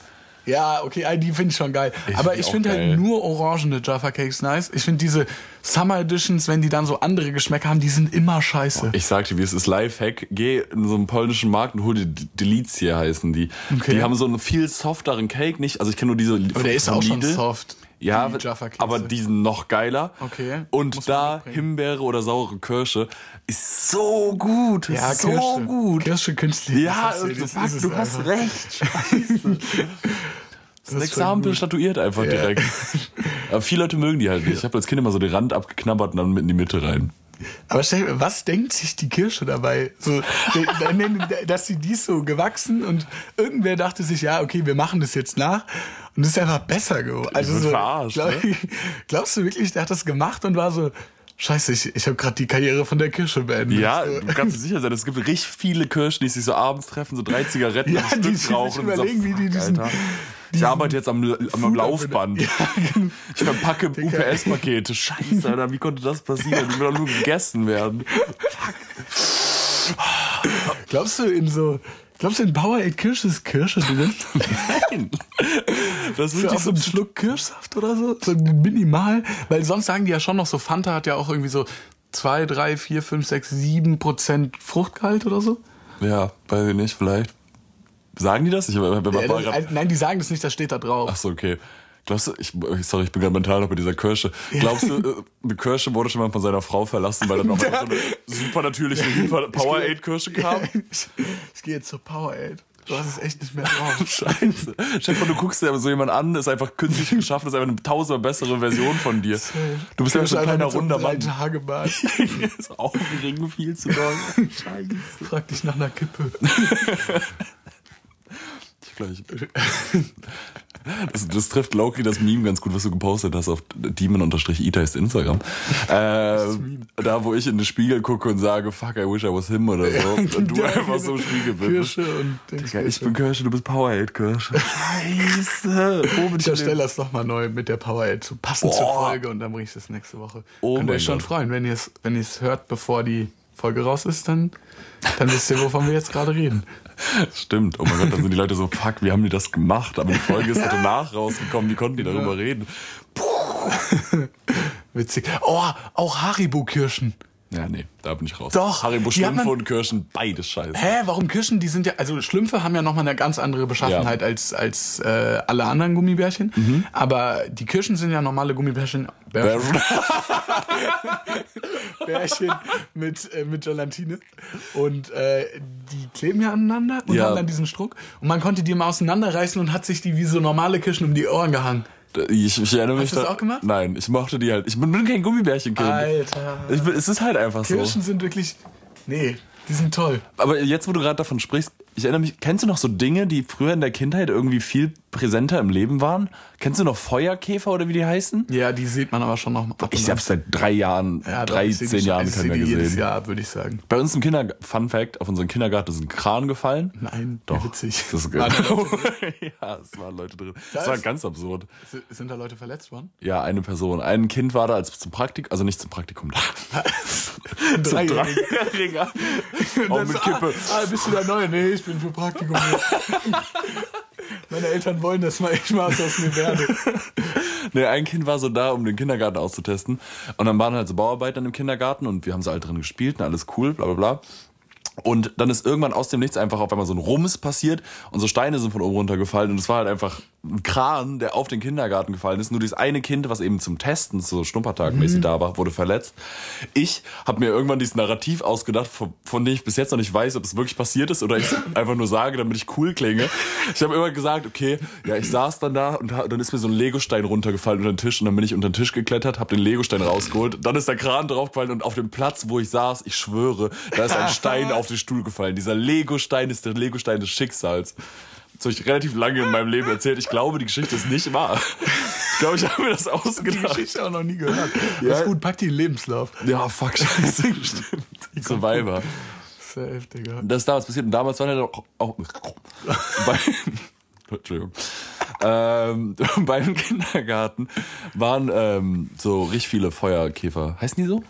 [SPEAKER 2] Ja, okay, ah, die finde ich schon geil. Aber
[SPEAKER 1] die
[SPEAKER 2] ich
[SPEAKER 1] auch
[SPEAKER 2] finde
[SPEAKER 1] geil.
[SPEAKER 2] halt nur orangene Jaffa Cakes nice. Ich finde diese Summer Editions, wenn die dann so andere Geschmäcker haben, die sind immer scheiße.
[SPEAKER 1] Ich sag dir, wie es ist, Lifehack. Geh in so einen polnischen Markt und hol dir D- Delizie heißen die.
[SPEAKER 2] Okay.
[SPEAKER 1] Die haben so einen viel softeren Cake, nicht? Also ich kenne nur diese.
[SPEAKER 2] Aber der ist auch schon soft.
[SPEAKER 1] Ja,
[SPEAKER 2] die Jaffa-Kekse.
[SPEAKER 1] aber die sind noch geiler.
[SPEAKER 2] Okay. Muss
[SPEAKER 1] Und
[SPEAKER 2] man
[SPEAKER 1] da
[SPEAKER 2] mitbringen.
[SPEAKER 1] Himbeere oder saure Kirsche ist so gut.
[SPEAKER 2] Ja,
[SPEAKER 1] so
[SPEAKER 2] Kirsche.
[SPEAKER 1] gut.
[SPEAKER 2] Kirsche künstlich.
[SPEAKER 1] Ja,
[SPEAKER 2] das ist- das
[SPEAKER 1] fuck,
[SPEAKER 2] ist es
[SPEAKER 1] du hast
[SPEAKER 2] einfach.
[SPEAKER 1] recht. Scheiße. Das
[SPEAKER 2] schon
[SPEAKER 1] Exempel
[SPEAKER 2] gut.
[SPEAKER 1] statuiert einfach direkt. Aber viele Leute mögen die halt nicht. Ich habe als Kind immer so den Rand abgeknabbert und dann mit in die Mitte rein.
[SPEAKER 2] Aber stell dir, was denkt sich die Kirsche dabei? So, de- de- de- dass sie dies so gewachsen und irgendwer dachte sich, ja, okay, wir machen das jetzt nach und es ist einfach besser geworden. Also
[SPEAKER 1] wird
[SPEAKER 2] so,
[SPEAKER 1] verarscht, ne?
[SPEAKER 2] Glaubst du wirklich, der hat das gemacht und war so, scheiße, ich, ich habe gerade die Karriere von der Kirsche beendet.
[SPEAKER 1] Ja,
[SPEAKER 2] so.
[SPEAKER 1] du kannst dir sicher sein, es gibt richtig viele Kirschen, die sich so abends treffen, so drei Zigaretten
[SPEAKER 2] Ja,
[SPEAKER 1] am
[SPEAKER 2] die
[SPEAKER 1] Stück
[SPEAKER 2] sich
[SPEAKER 1] rauchen. und so,
[SPEAKER 2] überlegen, wie die
[SPEAKER 1] fuck,
[SPEAKER 2] diesen-
[SPEAKER 1] Alter. Ich arbeite jetzt am, am
[SPEAKER 2] Food-
[SPEAKER 1] Laufband.
[SPEAKER 2] Ja, genau.
[SPEAKER 1] Ich verpacke UPS-Pakete. Scheiße, Alter, wie konnte das passieren? Ich will doch nur gegessen werden.
[SPEAKER 2] Glaubst du in so. Glaubst du in Powerade Kirsche ist Kirsche drin?
[SPEAKER 1] Nein. Das ist
[SPEAKER 2] so
[SPEAKER 1] wirklich
[SPEAKER 2] auf
[SPEAKER 1] so
[SPEAKER 2] so
[SPEAKER 1] ein Schluck.
[SPEAKER 2] einen Schluck Kirschsaft oder so? So minimal. Weil sonst sagen die ja schon noch so, Fanta hat ja auch irgendwie so 2, 3, 4, 5, 6, 7 Prozent Fruchtgehalt oder so.
[SPEAKER 1] Ja, weiß ich nicht, vielleicht. Sagen die das? Ich war, war
[SPEAKER 2] Ja, das,
[SPEAKER 1] grad,
[SPEAKER 2] nein, die sagen das nicht, das steht da drauf.
[SPEAKER 1] Ach so, okay. Glaubst du, ich, sorry, ich bin gerade mental noch bei dieser Kirsche. Glaubst du, äh, eine Kirsche wurde schon mal von seiner Frau verlassen, weil dann nochmal so eine super natürliche Hyper- Powerade-Kirsche kam?
[SPEAKER 2] Ich, ich gehe jetzt zur Powerade. Du hast es echt nicht mehr drauf.
[SPEAKER 1] Oh, Scheiße. Stefan, du guckst dir aber so jemand an, ist einfach künstlich geschaffen, ist einfach eine tausendmal bessere Version von dir.
[SPEAKER 2] halt
[SPEAKER 1] Du bist ja schon ein kleiner runder Mann.
[SPEAKER 2] Tage Bart.
[SPEAKER 1] ist auch gering viel zu doll. Scheiße.
[SPEAKER 2] Frag dich nach einer Kippe.
[SPEAKER 1] Ich glaub, ich- Das, das trifft Loki das Meme ganz gut, was du gepostet hast auf demon-ita ist Instagram. Ähm, da, wo ich in den Spiegel gucke und sage, fuck, I wish I was him oder so. Und du
[SPEAKER 2] Ja, genau.
[SPEAKER 1] einfach so im Spiegel bist.
[SPEAKER 2] Kirsche und Dings.
[SPEAKER 1] Ja, ich bin Kirsche, du bist Powerhead-Kirsche. Scheiße. Wo bin ich
[SPEAKER 2] Ich
[SPEAKER 1] denn?
[SPEAKER 2] erstelle das nochmal neu mit der Powerade zu passend zur
[SPEAKER 1] Boah.
[SPEAKER 2] Folge und dann bringe ich das nächste Woche.
[SPEAKER 1] Oh
[SPEAKER 2] Könnt ihr
[SPEAKER 1] mein
[SPEAKER 2] euch schon
[SPEAKER 1] Gott.
[SPEAKER 2] freuen. Wenn ihr es wenn ihr es hört, bevor die Folge raus ist, dann, dann wisst ihr, wovon wir jetzt gerade reden.
[SPEAKER 1] Stimmt. Oh mein Gott, dann sind die Leute so, fuck, wie haben die das gemacht? Aber die Folge ist danach rausgekommen, wie konnten die darüber reden?
[SPEAKER 2] Witzig. Oh, auch Haribo-Kirschen.
[SPEAKER 1] Ja, nee, da bin ich raus.
[SPEAKER 2] Doch,
[SPEAKER 1] Haribo
[SPEAKER 2] die hat man-
[SPEAKER 1] Schlümpfe und Kirschen, beides scheiße.
[SPEAKER 2] Hä, warum Kirschen? Die sind ja, also Schlümpfe haben ja nochmal eine ganz andere Beschaffenheit als, als äh, alle anderen Gummibärchen. Aber die Kirschen sind ja normale Gummibärchen. Bär, Bärchen mit, äh, mit Gelatine. Und äh, die kleben ja aneinander und
[SPEAKER 1] Ja.
[SPEAKER 2] haben dann diesen Struck. Und man konnte die mal auseinanderreißen und hat sich die wie so normale Kirschen um die Ohren gehangen.
[SPEAKER 1] Ich, ich erinnere mich
[SPEAKER 2] du das
[SPEAKER 1] da-
[SPEAKER 2] auch gemacht?
[SPEAKER 1] Nein, ich mochte die halt. Ich bin, bin kein Gummibärchenkind.
[SPEAKER 2] Alter.
[SPEAKER 1] Ich bin, es ist halt einfach so.
[SPEAKER 2] Kirschen sind wirklich. Nee, die sind toll.
[SPEAKER 1] Aber jetzt, wo du gerade davon sprichst, ich erinnere mich, kennst du noch so Dinge, die früher in der Kindheit irgendwie viel präsenter im Leben waren? Kennst du noch Feuerkäfer oder wie die heißen?
[SPEAKER 2] Ja, die sieht man aber schon noch ab und
[SPEAKER 1] Ich
[SPEAKER 2] an.
[SPEAKER 1] hab's seit drei Jahren,
[SPEAKER 2] Ja, doch, ich seh die
[SPEAKER 1] 13
[SPEAKER 2] schon-
[SPEAKER 1] Jahren
[SPEAKER 2] ich seh
[SPEAKER 1] keiner
[SPEAKER 2] die Jedes
[SPEAKER 1] gesehen.
[SPEAKER 2] Jahr, würde ich sagen.
[SPEAKER 1] Bei uns im Kindergarten, Fun Fact, auf unseren Kindergarten ist ein Kran gefallen.
[SPEAKER 2] Nein,
[SPEAKER 1] Doch.
[SPEAKER 2] witzig.
[SPEAKER 1] Das ist
[SPEAKER 2] Waren da Leute
[SPEAKER 1] ja, es waren Leute drin. Das war
[SPEAKER 2] ist-
[SPEAKER 1] ganz absurd.
[SPEAKER 2] S- Sind da Leute verletzt worden?
[SPEAKER 1] Ja, eine Person. Ein Kind war da als zum Praktikum, also nicht zum Praktikum da. zum
[SPEAKER 2] Dreijährige.
[SPEAKER 1] Dreijähriger. Auch mit Kippe.
[SPEAKER 2] Ah, ah, bist du der Neue? Nee, ich bin für Praktikum. hier. Meine Eltern wollen, dass mal ich mal was aus mir werde.
[SPEAKER 1] Nee, ein Kind war so da, um den Kindergarten auszutesten. Und dann waren halt so Bauarbeiter im Kindergarten und wir haben so alle drin gespielt und alles cool, bla bla bla. Und dann ist irgendwann aus dem Nichts einfach auf einmal so ein Rums passiert und so Steine sind von oben runtergefallen und es war halt einfach ein Kran, der auf den Kindergarten gefallen ist. Nur dieses eine Kind, was eben zum Testen, so schnuppertagmäßig da war, wurde verletzt. Ich habe mir irgendwann dieses Narrativ ausgedacht, von, von dem ich bis jetzt noch nicht weiß, ob es wirklich passiert ist oder ich einfach nur sage, damit ich cool klinge. Ich habe immer gesagt, okay, ja, ich saß dann da und ha- dann ist mir so ein Legostein runtergefallen unter den Tisch und dann bin ich unter den Tisch geklettert, habe den Legostein rausgeholt, dann ist der Kran draufgefallen und auf dem Platz, wo ich saß, ich schwöre, da ist ein Stein auf den Stuhl gefallen. Dieser Legostein ist der Legostein des Schicksals. Das habe ich relativ lange in meinem Leben erzählt. Ich glaube, die Geschichte ist nicht wahr. Ich glaube, ich habe mir das
[SPEAKER 2] Die
[SPEAKER 1] ausgedacht.
[SPEAKER 2] Geschichte auch noch nie gehört.
[SPEAKER 1] Genau. Ja.
[SPEAKER 2] Ist gut, pack die in den Lebenslauf.
[SPEAKER 1] Ja, fuck, scheiße, stimmt. Survivor.
[SPEAKER 2] Safe, Digga.
[SPEAKER 1] Das ist damals passiert und damals waren halt auch. auch bei, Entschuldigung. Ähm, beim Kindergarten waren ähm, so richtig viele Feuerkäfer. Heißen die so?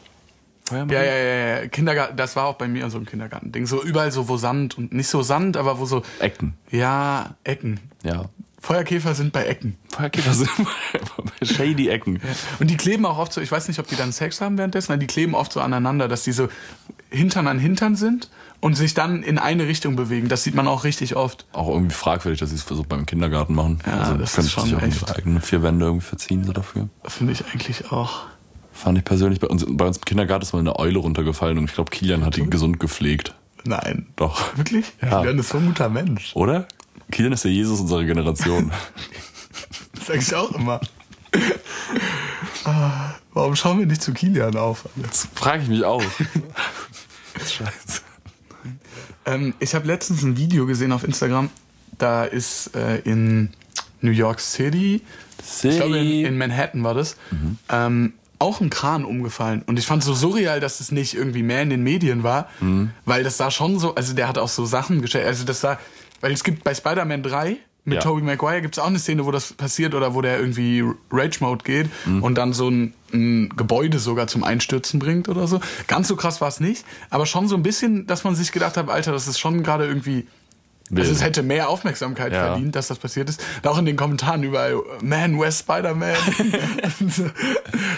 [SPEAKER 1] Feuermann?
[SPEAKER 2] Ja, ja, ja, ja. Kindergarten, das war auch bei mir so im Kindergarten-Ding. So überall so, wo Sand und nicht so Sand, aber wo so.
[SPEAKER 1] Ecken.
[SPEAKER 2] Ja, Ecken.
[SPEAKER 1] Ja.
[SPEAKER 2] Feuerkäfer sind bei Ecken.
[SPEAKER 1] Feuerkäfer sind bei shady Ecken.
[SPEAKER 2] Und die kleben auch oft so, ich weiß nicht, ob die dann Sex haben währenddessen, aber die kleben oft so aneinander, dass die so Hintern an Hintern sind und sich dann in eine Richtung bewegen. Das sieht man auch richtig oft.
[SPEAKER 1] Auch irgendwie fragwürdig, dass sie es versucht beim Kindergarten machen. Also,
[SPEAKER 2] Ja, das
[SPEAKER 1] können
[SPEAKER 2] ist schon
[SPEAKER 1] sich auch
[SPEAKER 2] echt-
[SPEAKER 1] nicht eigene vier Wände irgendwie verziehen so dafür.
[SPEAKER 2] Finde ich eigentlich auch.
[SPEAKER 1] Fand ich persönlich bei uns, bei uns im Kindergarten ist mal eine Eule runtergefallen und ich glaube, Kilian hat die gesund gepflegt.
[SPEAKER 2] Nein.
[SPEAKER 1] Doch.
[SPEAKER 2] Wirklich?
[SPEAKER 1] Ja.
[SPEAKER 2] Julian ist so ein guter Mensch.
[SPEAKER 1] Oder? Kilian ist der Jesus unserer Generation.
[SPEAKER 2] Das sag ich auch immer. Ah, Warum schauen wir nicht zu Kilian auf?
[SPEAKER 1] Das frage ich mich auch. Scheiße.
[SPEAKER 2] Ähm, ich habe letztens ein Video gesehen auf Instagram. Da ist äh, in New York City
[SPEAKER 1] City.
[SPEAKER 2] Ich glaube, in, in Manhattan war das. Ähm, auch ein Kran umgefallen. Und ich fand es so surreal, dass es nicht irgendwie mehr in den Medien war, weil das sah schon so, also der hat auch so Sachen gestellt. Also das sah, weil es gibt bei Spider-Man 3 Mit
[SPEAKER 1] Ja.
[SPEAKER 2] Tobey Maguire gibt es auch eine Szene, wo das passiert oder wo der irgendwie Rage Mode geht und dann so ein, ein Gebäude sogar zum Einstürzen bringt oder so. Ganz so krass war es nicht, aber schon so ein bisschen, dass man sich gedacht hat, Alter, das ist schon gerade irgendwie. Also es hätte mehr Aufmerksamkeit
[SPEAKER 1] Ja.
[SPEAKER 2] verdient, dass das passiert ist. Und auch in den Kommentaren überall, Man, West Spider-Man.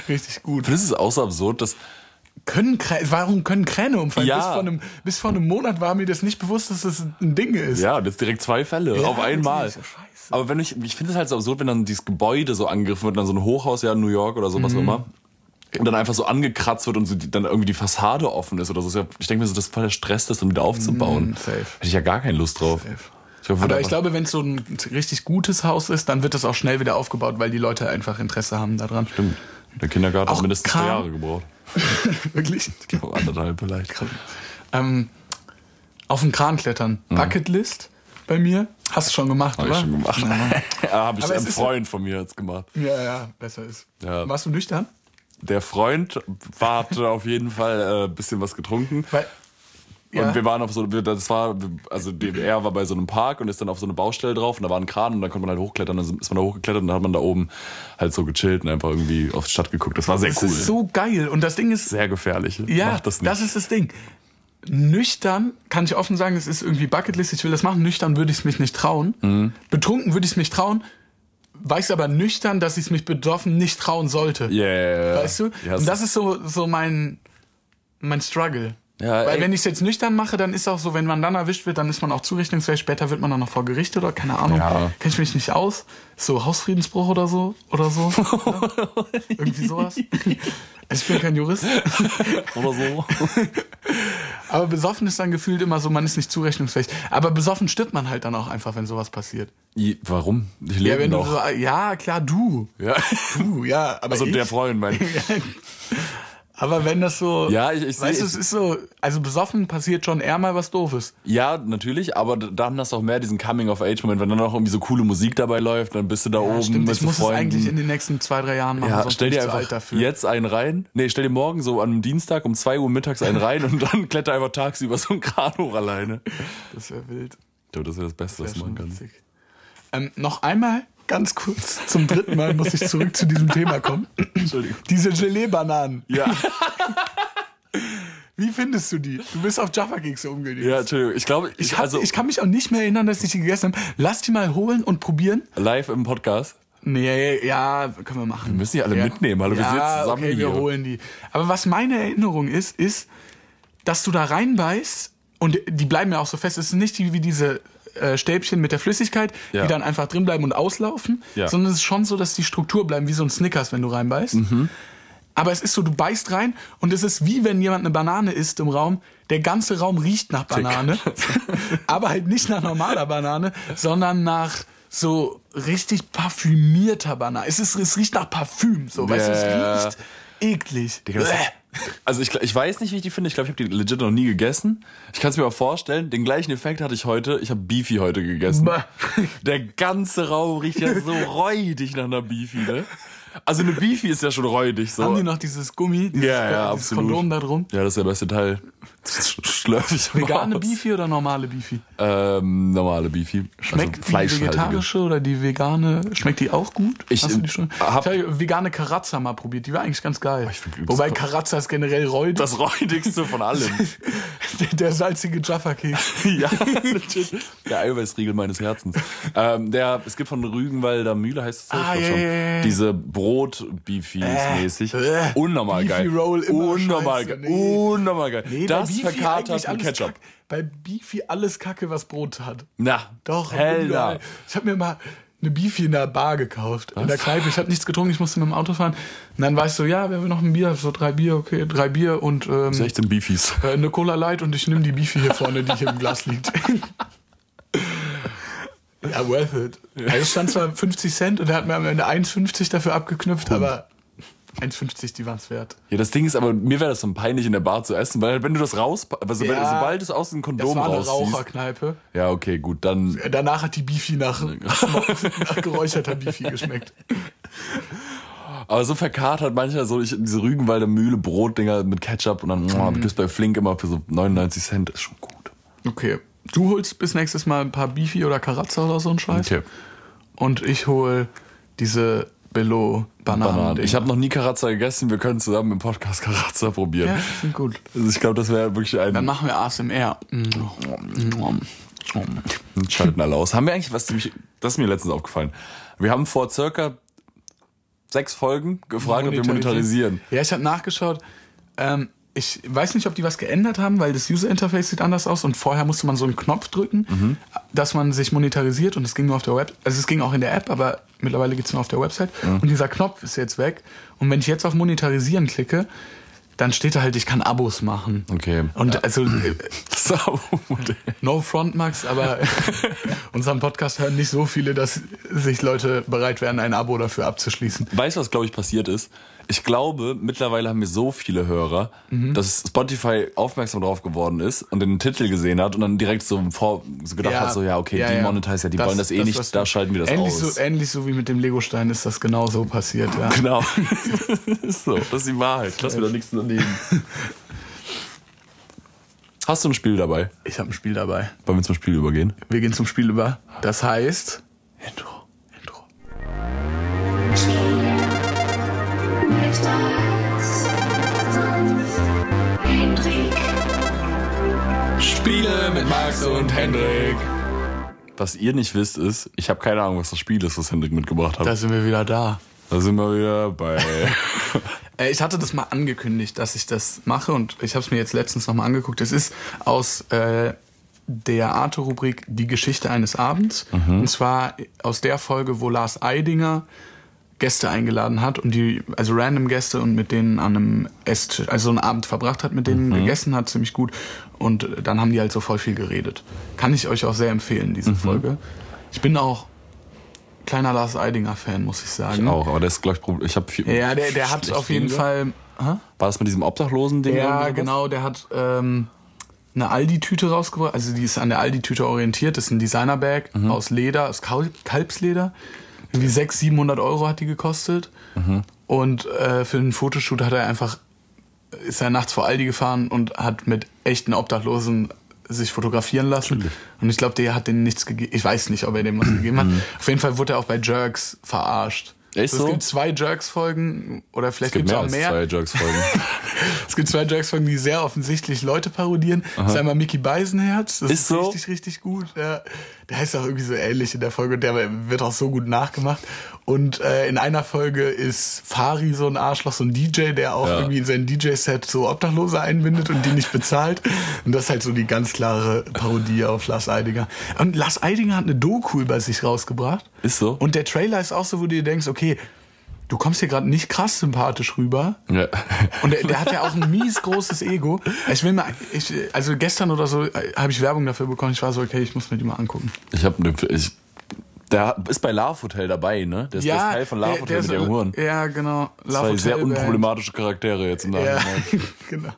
[SPEAKER 2] Richtig gut.
[SPEAKER 1] Das ist auch so absurd, dass
[SPEAKER 2] Können Krä Warum können Kräne umfallen?
[SPEAKER 1] Ja.
[SPEAKER 2] Bis, vor einem, bis vor einem Monat war mir das nicht bewusst, dass das ein Ding ist.
[SPEAKER 1] Ja, und jetzt direkt zwei Fälle
[SPEAKER 2] Ja,
[SPEAKER 1] auf einmal.
[SPEAKER 2] natürlich, ja, scheiße.
[SPEAKER 1] Aber wenn ich, ich finde es halt so absurd, wenn dann dieses Gebäude so angegriffen wird, dann so ein Hochhaus ja in New York oder so, was auch
[SPEAKER 2] Mhm.
[SPEAKER 1] immer. Und dann einfach so angekratzt wird und so die, dann irgendwie die Fassade offen ist oder so. Ist ja- Ich denke mir so, das ist voll der Stress, das dann wieder aufzubauen.
[SPEAKER 2] Mm, safe.
[SPEAKER 1] Hätte ich ja gar keine Lust drauf. Ich glaub,
[SPEAKER 2] Aber
[SPEAKER 1] wird
[SPEAKER 2] ich
[SPEAKER 1] einfach-
[SPEAKER 2] glaube, wenn es so ein richtig gutes Haus ist, dann wird das auch schnell wieder aufgebaut, weil die Leute einfach Interesse haben daran.
[SPEAKER 1] Stimmt. Der Kindergarten
[SPEAKER 2] Auch
[SPEAKER 1] hat mindestens zwei
[SPEAKER 2] Kram-
[SPEAKER 1] Jahre gebraucht.
[SPEAKER 2] Wirklich?
[SPEAKER 1] Ich glaube, anderthalb vielleicht.
[SPEAKER 2] Ähm, auf den Kran klettern. Bucketlist bei mir. Hast du schon gemacht,
[SPEAKER 1] Mhm. Hab
[SPEAKER 2] oder?
[SPEAKER 1] ich schon gemacht. Ja, hab ich,
[SPEAKER 2] Aber es
[SPEAKER 1] ein
[SPEAKER 2] ist-
[SPEAKER 1] Freund von mir hat's gemacht.
[SPEAKER 2] Ja, ja, besser ist.
[SPEAKER 1] Ja.
[SPEAKER 2] Warst du nüchtern?
[SPEAKER 1] Der Freund war, hatte auf jeden Fall äh, bisschen was getrunken.
[SPEAKER 2] Weil,
[SPEAKER 1] Und wir waren auf so, wir- das war, also die- er war bei so einem Park und ist dann auf so eine Baustelle drauf und da war ein Kran und da konnte man halt hochklettern, dann ist man da hochgeklettert und dann hat man da oben halt so gechillt und einfach irgendwie auf die Stadt geguckt. Das war sehr
[SPEAKER 2] das
[SPEAKER 1] cool.
[SPEAKER 2] ist so geil. Und das Ding ist,
[SPEAKER 1] sehr gefährlich.
[SPEAKER 2] Ja,
[SPEAKER 1] Macht das
[SPEAKER 2] das,
[SPEAKER 1] nicht.
[SPEAKER 2] ist das Ding. Nüchtern kann ich offen sagen, es ist irgendwie Bucketlist, ich will das machen. Nüchtern würde ich es mich nicht trauen.
[SPEAKER 1] Mhm.
[SPEAKER 2] Betrunken würde ich es mich trauen. Weiß aber nüchtern, dass ich es mich betroffen nicht trauen sollte.
[SPEAKER 1] yeah.
[SPEAKER 2] Weißt du?
[SPEAKER 1] Ja,
[SPEAKER 2] Und das
[SPEAKER 1] ist
[SPEAKER 2] ist so, so mein, mein Struggle.
[SPEAKER 1] Ja,
[SPEAKER 2] Weil
[SPEAKER 1] ey.
[SPEAKER 2] wenn ich es jetzt nüchtern mache, dann ist auch so, wenn man dann erwischt wird, dann ist man auch zurechnungsfähig. Später wird man dann noch vor Gericht oder keine Ahnung.
[SPEAKER 1] Ja.
[SPEAKER 2] Kenn ich mich nicht aus. So Hausfriedensbruch oder so. Oder so. Ja. Irgendwie sowas. Also ich bin kein Jurist.
[SPEAKER 1] oder so.
[SPEAKER 2] Aber besoffen ist dann gefühlt immer so, man ist nicht zurechnungsfähig. Aber besoffen stirbt man halt dann auch einfach, wenn sowas passiert.
[SPEAKER 1] I- Warum? Ich
[SPEAKER 2] Ja,
[SPEAKER 1] lebe
[SPEAKER 2] wenn du
[SPEAKER 1] noch.
[SPEAKER 2] so, ja klar, du.
[SPEAKER 1] ja.
[SPEAKER 2] Du, ja, aber
[SPEAKER 1] Also
[SPEAKER 2] ich.
[SPEAKER 1] der Freund, mein.
[SPEAKER 2] aber wenn das so,
[SPEAKER 1] Ja, ich- ich seh-
[SPEAKER 2] weißt du, es ist so, also besoffen passiert schon eher mal was Doofes.
[SPEAKER 1] Ja, natürlich, aber d- dann hast du auch mehr diesen Coming-of-Age-Moment, wenn dann noch irgendwie so coole Musik dabei läuft, dann bist du da oben
[SPEAKER 2] Stimmt,
[SPEAKER 1] mit
[SPEAKER 2] ich
[SPEAKER 1] so
[SPEAKER 2] muss
[SPEAKER 1] Freunden.
[SPEAKER 2] es eigentlich in den nächsten zwei, drei Jahren machen,
[SPEAKER 1] Ja,
[SPEAKER 2] sonst
[SPEAKER 1] stell
[SPEAKER 2] bin
[SPEAKER 1] dir
[SPEAKER 2] ich zu
[SPEAKER 1] einfach
[SPEAKER 2] alt dafür.
[SPEAKER 1] jetzt einen rein. Nee, stell dir morgen so an einem Dienstag um 2 Uhr mittags einen rein und dann kletter einfach tagsüber so ein Kran hoch alleine.
[SPEAKER 2] Das wäre wild.
[SPEAKER 1] Ich glaube, das wäre das Beste, was
[SPEAKER 2] Wär
[SPEAKER 1] man
[SPEAKER 2] schon
[SPEAKER 1] kann.
[SPEAKER 2] witzig. Ähm, noch einmal, ganz kurz, zum dritten Mal muss ich zurück zu diesem Thema kommen.
[SPEAKER 1] Entschuldigung.
[SPEAKER 2] Diese Gelee-Bananen,
[SPEAKER 1] Ja,
[SPEAKER 2] wie findest du die? Du bist auf Jaffa-Kekse umgelegt.
[SPEAKER 1] ja, Entschuldigung. Ich glaube,
[SPEAKER 2] Ich,
[SPEAKER 1] ich,
[SPEAKER 2] hab,
[SPEAKER 1] also
[SPEAKER 2] ich kann mich auch nicht mehr erinnern, dass ich die gegessen habe. Lass die mal holen und probieren.
[SPEAKER 1] live im Podcast.
[SPEAKER 2] Nee, ja, können wir machen. Wir
[SPEAKER 1] müssen die alle mitnehmen. Hallo, wir sind jetzt zusammen
[SPEAKER 2] okay, wir
[SPEAKER 1] hier.
[SPEAKER 2] holen die. Aber was meine Erinnerung ist, ist, dass du da reinbeißt und die bleiben ja auch so fest. Es ist nicht die, wie diese äh, Stäbchen mit der Flüssigkeit,
[SPEAKER 1] Ja.
[SPEAKER 2] die dann einfach drin bleiben und auslaufen,
[SPEAKER 1] Ja.
[SPEAKER 2] sondern es ist schon so, dass die Struktur bleiben, wie so ein Snickers, wenn du reinbeißt.
[SPEAKER 1] Mhm.
[SPEAKER 2] Aber es ist so, du beißt rein und es ist wie wenn jemand eine Banane isst im Raum. Der ganze Raum riecht nach Banane. aber halt nicht nach normaler Banane, sondern nach so richtig parfümierter Banane. Es, ist, es riecht nach Parfüm, so, weißt du,
[SPEAKER 1] Ja.
[SPEAKER 2] es riecht eklig.
[SPEAKER 1] Digga, das-
[SPEAKER 2] Bäh.
[SPEAKER 1] Also ich, ich weiß nicht, wie ich die finde. Ich glaube, ich habe die legit noch nie gegessen. Ich kann es mir aber vorstellen. Den gleichen Effekt hatte ich heute. Ich habe Beefy heute gegessen.
[SPEAKER 2] Bah.
[SPEAKER 1] Der ganze Raum riecht ja so räudig nach einer Beefy, ne? Also eine Beefy ist ja schon räudig so.
[SPEAKER 2] Haben die noch dieses Gummi, dieses,
[SPEAKER 1] ja, ja,
[SPEAKER 2] dieses
[SPEAKER 1] absolut.
[SPEAKER 2] Kondom da drum?
[SPEAKER 1] Ja, das ist der beste Teil. Das Schlürf ich immer
[SPEAKER 2] Vegane
[SPEAKER 1] aus.
[SPEAKER 2] Beefy oder normale Beefy?
[SPEAKER 1] Ähm, normale Beefy.
[SPEAKER 2] Schmeckt die
[SPEAKER 1] fleischhaltige.
[SPEAKER 2] vegetarische oder die vegane, schmeckt die auch gut?
[SPEAKER 1] Ich,
[SPEAKER 2] Hast du
[SPEAKER 1] ähm,
[SPEAKER 2] die schon?
[SPEAKER 1] hab- Oh,
[SPEAKER 2] ich habe vegane Karazza mal probiert, die war eigentlich ganz geil.
[SPEAKER 1] ich find-
[SPEAKER 2] Wobei Karazza ist generell räudig.
[SPEAKER 1] Das räudigste von allem.
[SPEAKER 2] Der, der salzige Jaffa-Keks.
[SPEAKER 1] ja, legit. Der Eiweißriegel meines Herzens. Ähm, der, es gibt von Rügenwalder Mühle, heißt es so, ich
[SPEAKER 2] Ah,
[SPEAKER 1] glaub
[SPEAKER 2] ja,
[SPEAKER 1] schon,
[SPEAKER 2] ja, ja, ja.
[SPEAKER 1] diese Brot-Beefies
[SPEAKER 2] Äh,
[SPEAKER 1] mäßig.
[SPEAKER 2] äh,
[SPEAKER 1] unnormal
[SPEAKER 2] Beefy
[SPEAKER 1] geil.
[SPEAKER 2] Roll immer
[SPEAKER 1] unnormal
[SPEAKER 2] scheiße,
[SPEAKER 1] geil.
[SPEAKER 2] nee.
[SPEAKER 1] Unnormal geil.
[SPEAKER 2] Nee, bei
[SPEAKER 1] das
[SPEAKER 2] Beefy
[SPEAKER 1] verkatert
[SPEAKER 2] eigentlich
[SPEAKER 1] mit
[SPEAKER 2] alles
[SPEAKER 1] Ketchup.
[SPEAKER 2] Kack- Bei Beefy alles Kacke, was Brot hat.
[SPEAKER 1] Na,
[SPEAKER 2] Doch,
[SPEAKER 1] Heller.
[SPEAKER 2] überall. Ich habe mir mal eine Beefy in der Bar gekauft. In der Kneipe. Ich habe nichts getrunken, ich musste mit dem Auto fahren. Und dann war ich so, ja, wer will noch ein Bier? So drei Bier, okay, drei Bier und ähm,
[SPEAKER 1] 16 Beefies.
[SPEAKER 2] äh, eine Cola Light und ich nehme die Beefy hier vorne, die hier im Glas liegt. ja, worth it. Also es stand zwar 50 Cent und er hat mir am Ende 1,50 dafür abgeknüpft, aber 1,50, die waren es wert.
[SPEAKER 1] Ja, das Ding ist aber, mir wäre das dann peinlich in der Bar zu essen, weil wenn du das raus, also wenn,
[SPEAKER 2] Ja.
[SPEAKER 1] sobald du es aus dem
[SPEAKER 2] Das
[SPEAKER 1] Kondom
[SPEAKER 2] war eine
[SPEAKER 1] rausziehst.
[SPEAKER 2] Raucherkneipe.
[SPEAKER 1] Ja, okay, gut, dann
[SPEAKER 2] Danach hat die Beefy nach, genau. nach geräucherter Beefy geschmeckt.
[SPEAKER 1] Aber so verkatert halt manchmal so ich, diese Rügenwalder Mühle Brotdinger mit Ketchup und dann mm. gibt's bei Flink immer für so 99 Cent. Ist schon gut.
[SPEAKER 2] Okay. Du holst bis nächstes Mal ein paar Beefy oder Karazza oder so ein Scheiß.
[SPEAKER 1] Okay.
[SPEAKER 2] Und ich hole diese Bello Bananen.
[SPEAKER 1] Bananen. Ich habe noch nie Karazza gegessen. Wir können zusammen im Podcast Karazza probieren.
[SPEAKER 2] ja, die sind gut.
[SPEAKER 1] Also ich glaube, das wäre wirklich
[SPEAKER 2] Dann
[SPEAKER 1] ein
[SPEAKER 2] machen wir ASMR.
[SPEAKER 1] Mm.
[SPEAKER 2] Mm.
[SPEAKER 1] ein Schalten alle aus. Haben wir eigentlich was ziemlich. Das ist mir letztens aufgefallen. Wir haben vor circa sechs Folgen gefragt, ob wir monetarisieren.
[SPEAKER 2] Ja, ich habe nachgeschaut. Ähm, ich weiß nicht, ob die was geändert haben, weil das User Interface sieht anders aus und vorher musste man so einen Knopf drücken, dass man sich monetarisiert und es ging nur auf der Web. Also es ging auch in der App, aber mittlerweile geht's nur auf der Website. Und dieser Knopf ist jetzt weg. Und wenn ich jetzt auf Monetarisieren klicke, dann steht da halt, ich kann Abos machen.
[SPEAKER 1] Okay.
[SPEAKER 2] Und also äh,
[SPEAKER 1] Das Abo-Modell.
[SPEAKER 2] No front, Max, aber unseren Podcast hören nicht so viele, dass sich Leute bereit wären, ein Abo dafür abzuschließen.
[SPEAKER 1] Weißt du, was, glaube ich, passiert ist? Ich glaube, mittlerweile haben wir so viele Hörer, dass Spotify aufmerksam drauf geworden ist und den Titel gesehen hat und dann direkt so, vor, so gedacht hat, halt so, ja, okay, die ja. Monetize, ja, die wollen das eh
[SPEAKER 2] was
[SPEAKER 1] nicht,
[SPEAKER 2] du-
[SPEAKER 1] da schalten wir das
[SPEAKER 2] ähnlich
[SPEAKER 1] aus.
[SPEAKER 2] So, ähnlich so wie mit dem Legostein ist das genauso passiert, ja.
[SPEAKER 1] Genau. so, das ist die Wahrheit. Lass mir da nichts daneben. Hast du ein Spiel dabei?
[SPEAKER 2] Ich habe ein Spiel dabei.
[SPEAKER 1] Wollen wir zum Spiel übergehen?
[SPEAKER 2] Wir gehen zum Spiel über. Das heißt.
[SPEAKER 1] Intro.
[SPEAKER 2] Intro.
[SPEAKER 1] Spiele mit Max und Hendrik. Was ihr nicht wisst, ist, ich habe keine Ahnung, was das Spiel ist, was Hendrik mitgebracht hat.
[SPEAKER 2] Da sind wir wieder da.
[SPEAKER 1] da sind wir wieder bei.
[SPEAKER 2] Äh, Ich hatte das mal angekündigt, dass ich das mache und ich habe es mir jetzt letztens nochmal angeguckt. Es ist aus äh, der Arte-Rubrik Die Geschichte eines Abends. Und zwar aus der Folge, wo Lars Eidinger Gäste eingeladen hat und die, also random Gäste und mit denen an einem Esstisch, also so einen Abend verbracht hat, mit denen gegessen hat, ziemlich gut. Und dann haben die halt so voll viel geredet. Kann ich euch auch sehr empfehlen, diese Folge. Ich bin auch kleiner Lars Eidinger-Fan, muss ich sagen.
[SPEAKER 1] Auch, aber das ist, glaube ich, Problem. Ich habe viel.
[SPEAKER 2] Hm? Ja, der, der hat
[SPEAKER 1] schlecht
[SPEAKER 2] auf jeden
[SPEAKER 1] Liebe.
[SPEAKER 2] Fall. Hä?
[SPEAKER 1] War das mit diesem obdachlosen Ding? irgendwie
[SPEAKER 2] Ja,
[SPEAKER 1] sowas?
[SPEAKER 2] genau, der hat ähm, eine Aldi-Tüte rausgebracht. Also die ist an der Aldi-Tüte orientiert. Das ist ein Designer-Bag
[SPEAKER 1] Mhm.
[SPEAKER 2] aus Leder, aus Kal- Kalbsleder. Irgendwie 600, 700 Euro hat die gekostet.
[SPEAKER 1] Mhm.
[SPEAKER 2] Und äh, für einen Fotoshoot hat er einfach, ist er nachts vor Aldi gefahren und hat mit echten Obdachlosen sich fotografieren lassen. Und ich glaube, der hat denen nichts gegeben. Ich weiß nicht, ob er dem was gegeben hat. Auf jeden Fall wurde er auch bei Jerks verarscht.
[SPEAKER 1] Mhm.
[SPEAKER 2] Also
[SPEAKER 1] Echt
[SPEAKER 2] Es
[SPEAKER 1] so?
[SPEAKER 2] gibt zwei Jerks-Folgen oder vielleicht
[SPEAKER 1] Es gibt
[SPEAKER 2] gibt's
[SPEAKER 1] mehr
[SPEAKER 2] auch
[SPEAKER 1] als
[SPEAKER 2] mehr.
[SPEAKER 1] zwei Jerks-Folgen.
[SPEAKER 2] Es gibt zwei Jerks von die sehr offensichtlich Leute parodieren. Das ist einmal Mickey Beisenherz. Das
[SPEAKER 1] Ist
[SPEAKER 2] ist
[SPEAKER 1] so?
[SPEAKER 2] richtig, richtig gut. Ja. Der heißt auch irgendwie so ähnlich in der Folge und der wird auch so gut nachgemacht. Und äh, in einer Folge ist Fari so ein Arschloch, so ein DJ, der auch
[SPEAKER 1] Ja.
[SPEAKER 2] irgendwie in sein DJ-Set so Obdachlose einbindet und die nicht bezahlt. Und das ist halt so die ganz klare Parodie auf Lars Eidinger. Und Lars Eidinger hat eine Doku über sich rausgebracht.
[SPEAKER 1] Ist so?
[SPEAKER 2] Und der Trailer ist auch so, wo du dir denkst, okay, du kommst hier gerade nicht krass sympathisch rüber.
[SPEAKER 1] ja.
[SPEAKER 2] Und der, der hat ja auch ein mies großes Ego. Ich will mal, ich, also gestern oder so äh, habe ich Werbung dafür bekommen. Ich war so, okay, ich muss mir die mal angucken.
[SPEAKER 1] Ich habe ne, ich, der ist bei Love Hotel dabei, ne? Der ist das Teil von Love Hotel mit
[SPEAKER 2] ist-
[SPEAKER 1] ihren Huren.
[SPEAKER 2] Ja, genau. Love
[SPEAKER 1] Zwei sehr
[SPEAKER 2] Hotel Band.
[SPEAKER 1] unproblematische Charaktere jetzt im
[SPEAKER 2] Ja,
[SPEAKER 1] Nachhinein.
[SPEAKER 2] genau.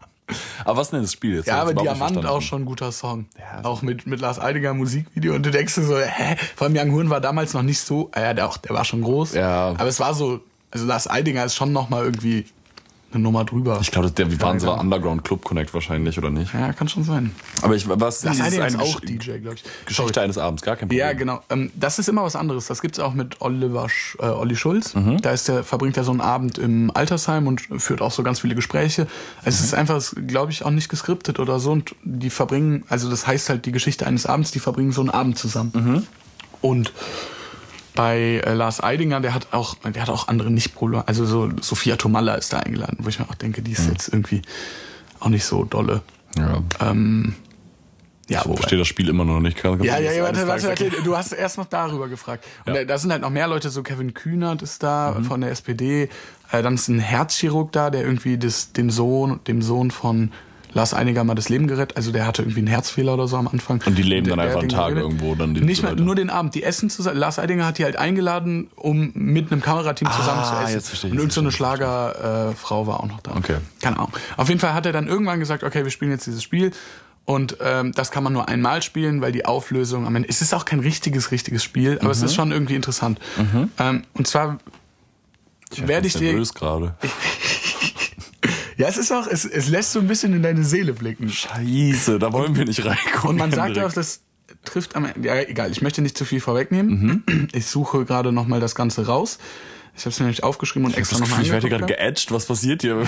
[SPEAKER 1] Aber was ist denn das Spiel jetzt?
[SPEAKER 2] Ja,
[SPEAKER 1] Hab
[SPEAKER 2] aber
[SPEAKER 1] ich überhaupt nicht
[SPEAKER 2] Diamant
[SPEAKER 1] verstanden.
[SPEAKER 2] auch schon ein guter Song.
[SPEAKER 1] Ja.
[SPEAKER 2] auch mit, mit Lars Eidiger Musikvideo. Und du denkst dir so, hä? Vor allem Young Huren war damals noch nicht so, ah ja, der, auch, der war schon groß.
[SPEAKER 1] Ja.
[SPEAKER 2] Aber es war so, also Lars Eidinger ist schon nochmal irgendwie eine Nummer drüber.
[SPEAKER 1] Ich glaube, der war
[SPEAKER 2] genau.
[SPEAKER 1] unser Underground Club Connect wahrscheinlich, oder nicht?
[SPEAKER 2] ja, kann schon sein.
[SPEAKER 1] Aber ich, was
[SPEAKER 2] Lars
[SPEAKER 1] dieses
[SPEAKER 2] Eidinger ist
[SPEAKER 1] eine
[SPEAKER 2] auch
[SPEAKER 1] Gesch-
[SPEAKER 2] DJ, glaube ich.
[SPEAKER 1] Geschichte eines Abends, gar kein Problem.
[SPEAKER 2] Ja, genau. Ähm, das ist immer was anderes. Das gibt's auch mit Oliver Sch äh, Olli Schulz. Da ist der, verbringt er so einen Abend im Altersheim und führt auch so ganz viele Gespräche. Es ist einfach, glaube ich, auch nicht geskriptet oder so. Und die verbringen, also das heißt halt die Geschichte eines Abends, die verbringen so einen Abend zusammen. Und bei äh, Lars Eidinger, der hat auch, der hat auch andere nicht Probleme. Also so Sophia Tomalla ist da eingeladen, wo ich mir auch denke, die ist jetzt irgendwie auch nicht so dolle.
[SPEAKER 1] Ja.
[SPEAKER 2] Ja,
[SPEAKER 1] ich
[SPEAKER 2] genau. wobei.
[SPEAKER 1] verstehe das Spiel immer noch nicht. Kann- kann
[SPEAKER 2] Ja,
[SPEAKER 1] man
[SPEAKER 2] ja,
[SPEAKER 1] das eines
[SPEAKER 2] ja, warte,
[SPEAKER 1] Tages
[SPEAKER 2] warte, warte,
[SPEAKER 1] erklären?
[SPEAKER 2] du hast erst noch darüber gefragt. Und da, da sind halt noch mehr Leute, so Kevin Kühnert ist da
[SPEAKER 1] Mhm.
[SPEAKER 2] von der SPD, äh, dann ist ein Herzchirurg da, der irgendwie das, dem Sohn, dem Sohn von Lars Einiger mal das Leben gerettet, also der hatte irgendwie einen Herzfehler oder so am Anfang.
[SPEAKER 1] Und die leben
[SPEAKER 2] Der-
[SPEAKER 1] dann
[SPEAKER 2] der
[SPEAKER 1] einfach
[SPEAKER 2] hat
[SPEAKER 1] einen
[SPEAKER 2] den
[SPEAKER 1] Tag
[SPEAKER 2] gerettet.
[SPEAKER 1] irgendwo, dann die
[SPEAKER 2] Nicht mal,
[SPEAKER 1] Leute.
[SPEAKER 2] nur den Abend, die essen zusammen, Lars Eidinger hat die halt eingeladen, um mit einem Kamerateam zusammen zu essen.
[SPEAKER 1] Ah, jetzt verstehe ich,
[SPEAKER 2] Und irgendeine
[SPEAKER 1] jetzt
[SPEAKER 2] Schlagerfrau äh, Frau war auch noch da.
[SPEAKER 1] Okay.
[SPEAKER 2] Keine Ahnung. Auf jeden Fall hat er dann irgendwann gesagt, okay, wir spielen jetzt dieses Spiel. Und ähm, das kann man nur einmal spielen, weil die Auflösung am Ende. Es ist auch kein richtiges, richtiges Spiel, aber
[SPEAKER 1] Mhm.
[SPEAKER 2] es ist schon irgendwie interessant. Ähm, und zwar
[SPEAKER 1] werd
[SPEAKER 2] werde ich dir.
[SPEAKER 1] nervös gerade.
[SPEAKER 2] Ja, Ja, es ist auch, es, es lässt so ein bisschen in deine Seele blicken.
[SPEAKER 1] Scheiße, da wollen wir nicht reingucken.
[SPEAKER 2] Und man sagt
[SPEAKER 1] Hendrik.
[SPEAKER 2] auch, das trifft am Ende. Ja, egal, ich möchte nicht zu viel vorwegnehmen.
[SPEAKER 1] Mhm.
[SPEAKER 2] Ich suche gerade nochmal das Ganze raus. Ich habe es mir nämlich aufgeschrieben und
[SPEAKER 1] Ich hab
[SPEAKER 2] extra
[SPEAKER 1] das
[SPEAKER 2] nochmal
[SPEAKER 1] Gefühl, ich werde hier gerade geätscht. Was passiert hier?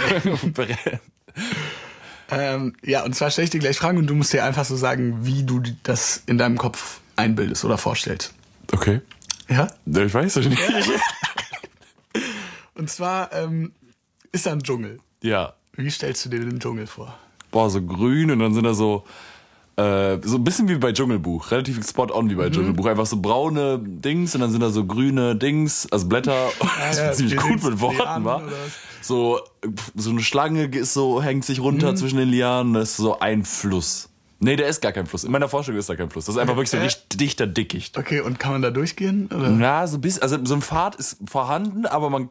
[SPEAKER 2] ähm, Ja, und zwar stelle ich dir gleich Fragen und du musst dir einfach so sagen, wie du die- das in deinem Kopf einbildest oder vorstellst.
[SPEAKER 1] okay.
[SPEAKER 2] Ja?
[SPEAKER 1] Ich weiß es nicht.
[SPEAKER 2] Und zwar ähm, ist da ein Dschungel.
[SPEAKER 1] Ja.
[SPEAKER 2] Wie stellst du dir den Dschungel vor?
[SPEAKER 1] Boah, so grün und dann sind da so. Äh, so ein bisschen wie bei Dschungelbuch, relativ spot on
[SPEAKER 2] Mhm.
[SPEAKER 1] wie bei Dschungelbuch. Einfach so braune Dings und dann sind da so grüne Dings, also Blätter. Das
[SPEAKER 2] ja,
[SPEAKER 1] ist ziemlich
[SPEAKER 2] die
[SPEAKER 1] gut
[SPEAKER 2] Dings-
[SPEAKER 1] mit Worten,
[SPEAKER 2] Lianen
[SPEAKER 1] wa?
[SPEAKER 2] oder was? Mhm.
[SPEAKER 1] So, pf, so eine Schlange ist so, hängt sich runter zwischen den Lianen, da ist so ein Fluss. Nee, der ist gar kein Fluss. In meiner Vorstellung ist da kein Fluss. Das ist einfach wirklich so ein
[SPEAKER 2] Äh.
[SPEAKER 1] richtig dichter Dickicht.
[SPEAKER 2] Okay, und kann man da durchgehen? Oder?
[SPEAKER 1] Ja, so ein bisschen, also so ein Pfad ist vorhanden, aber man,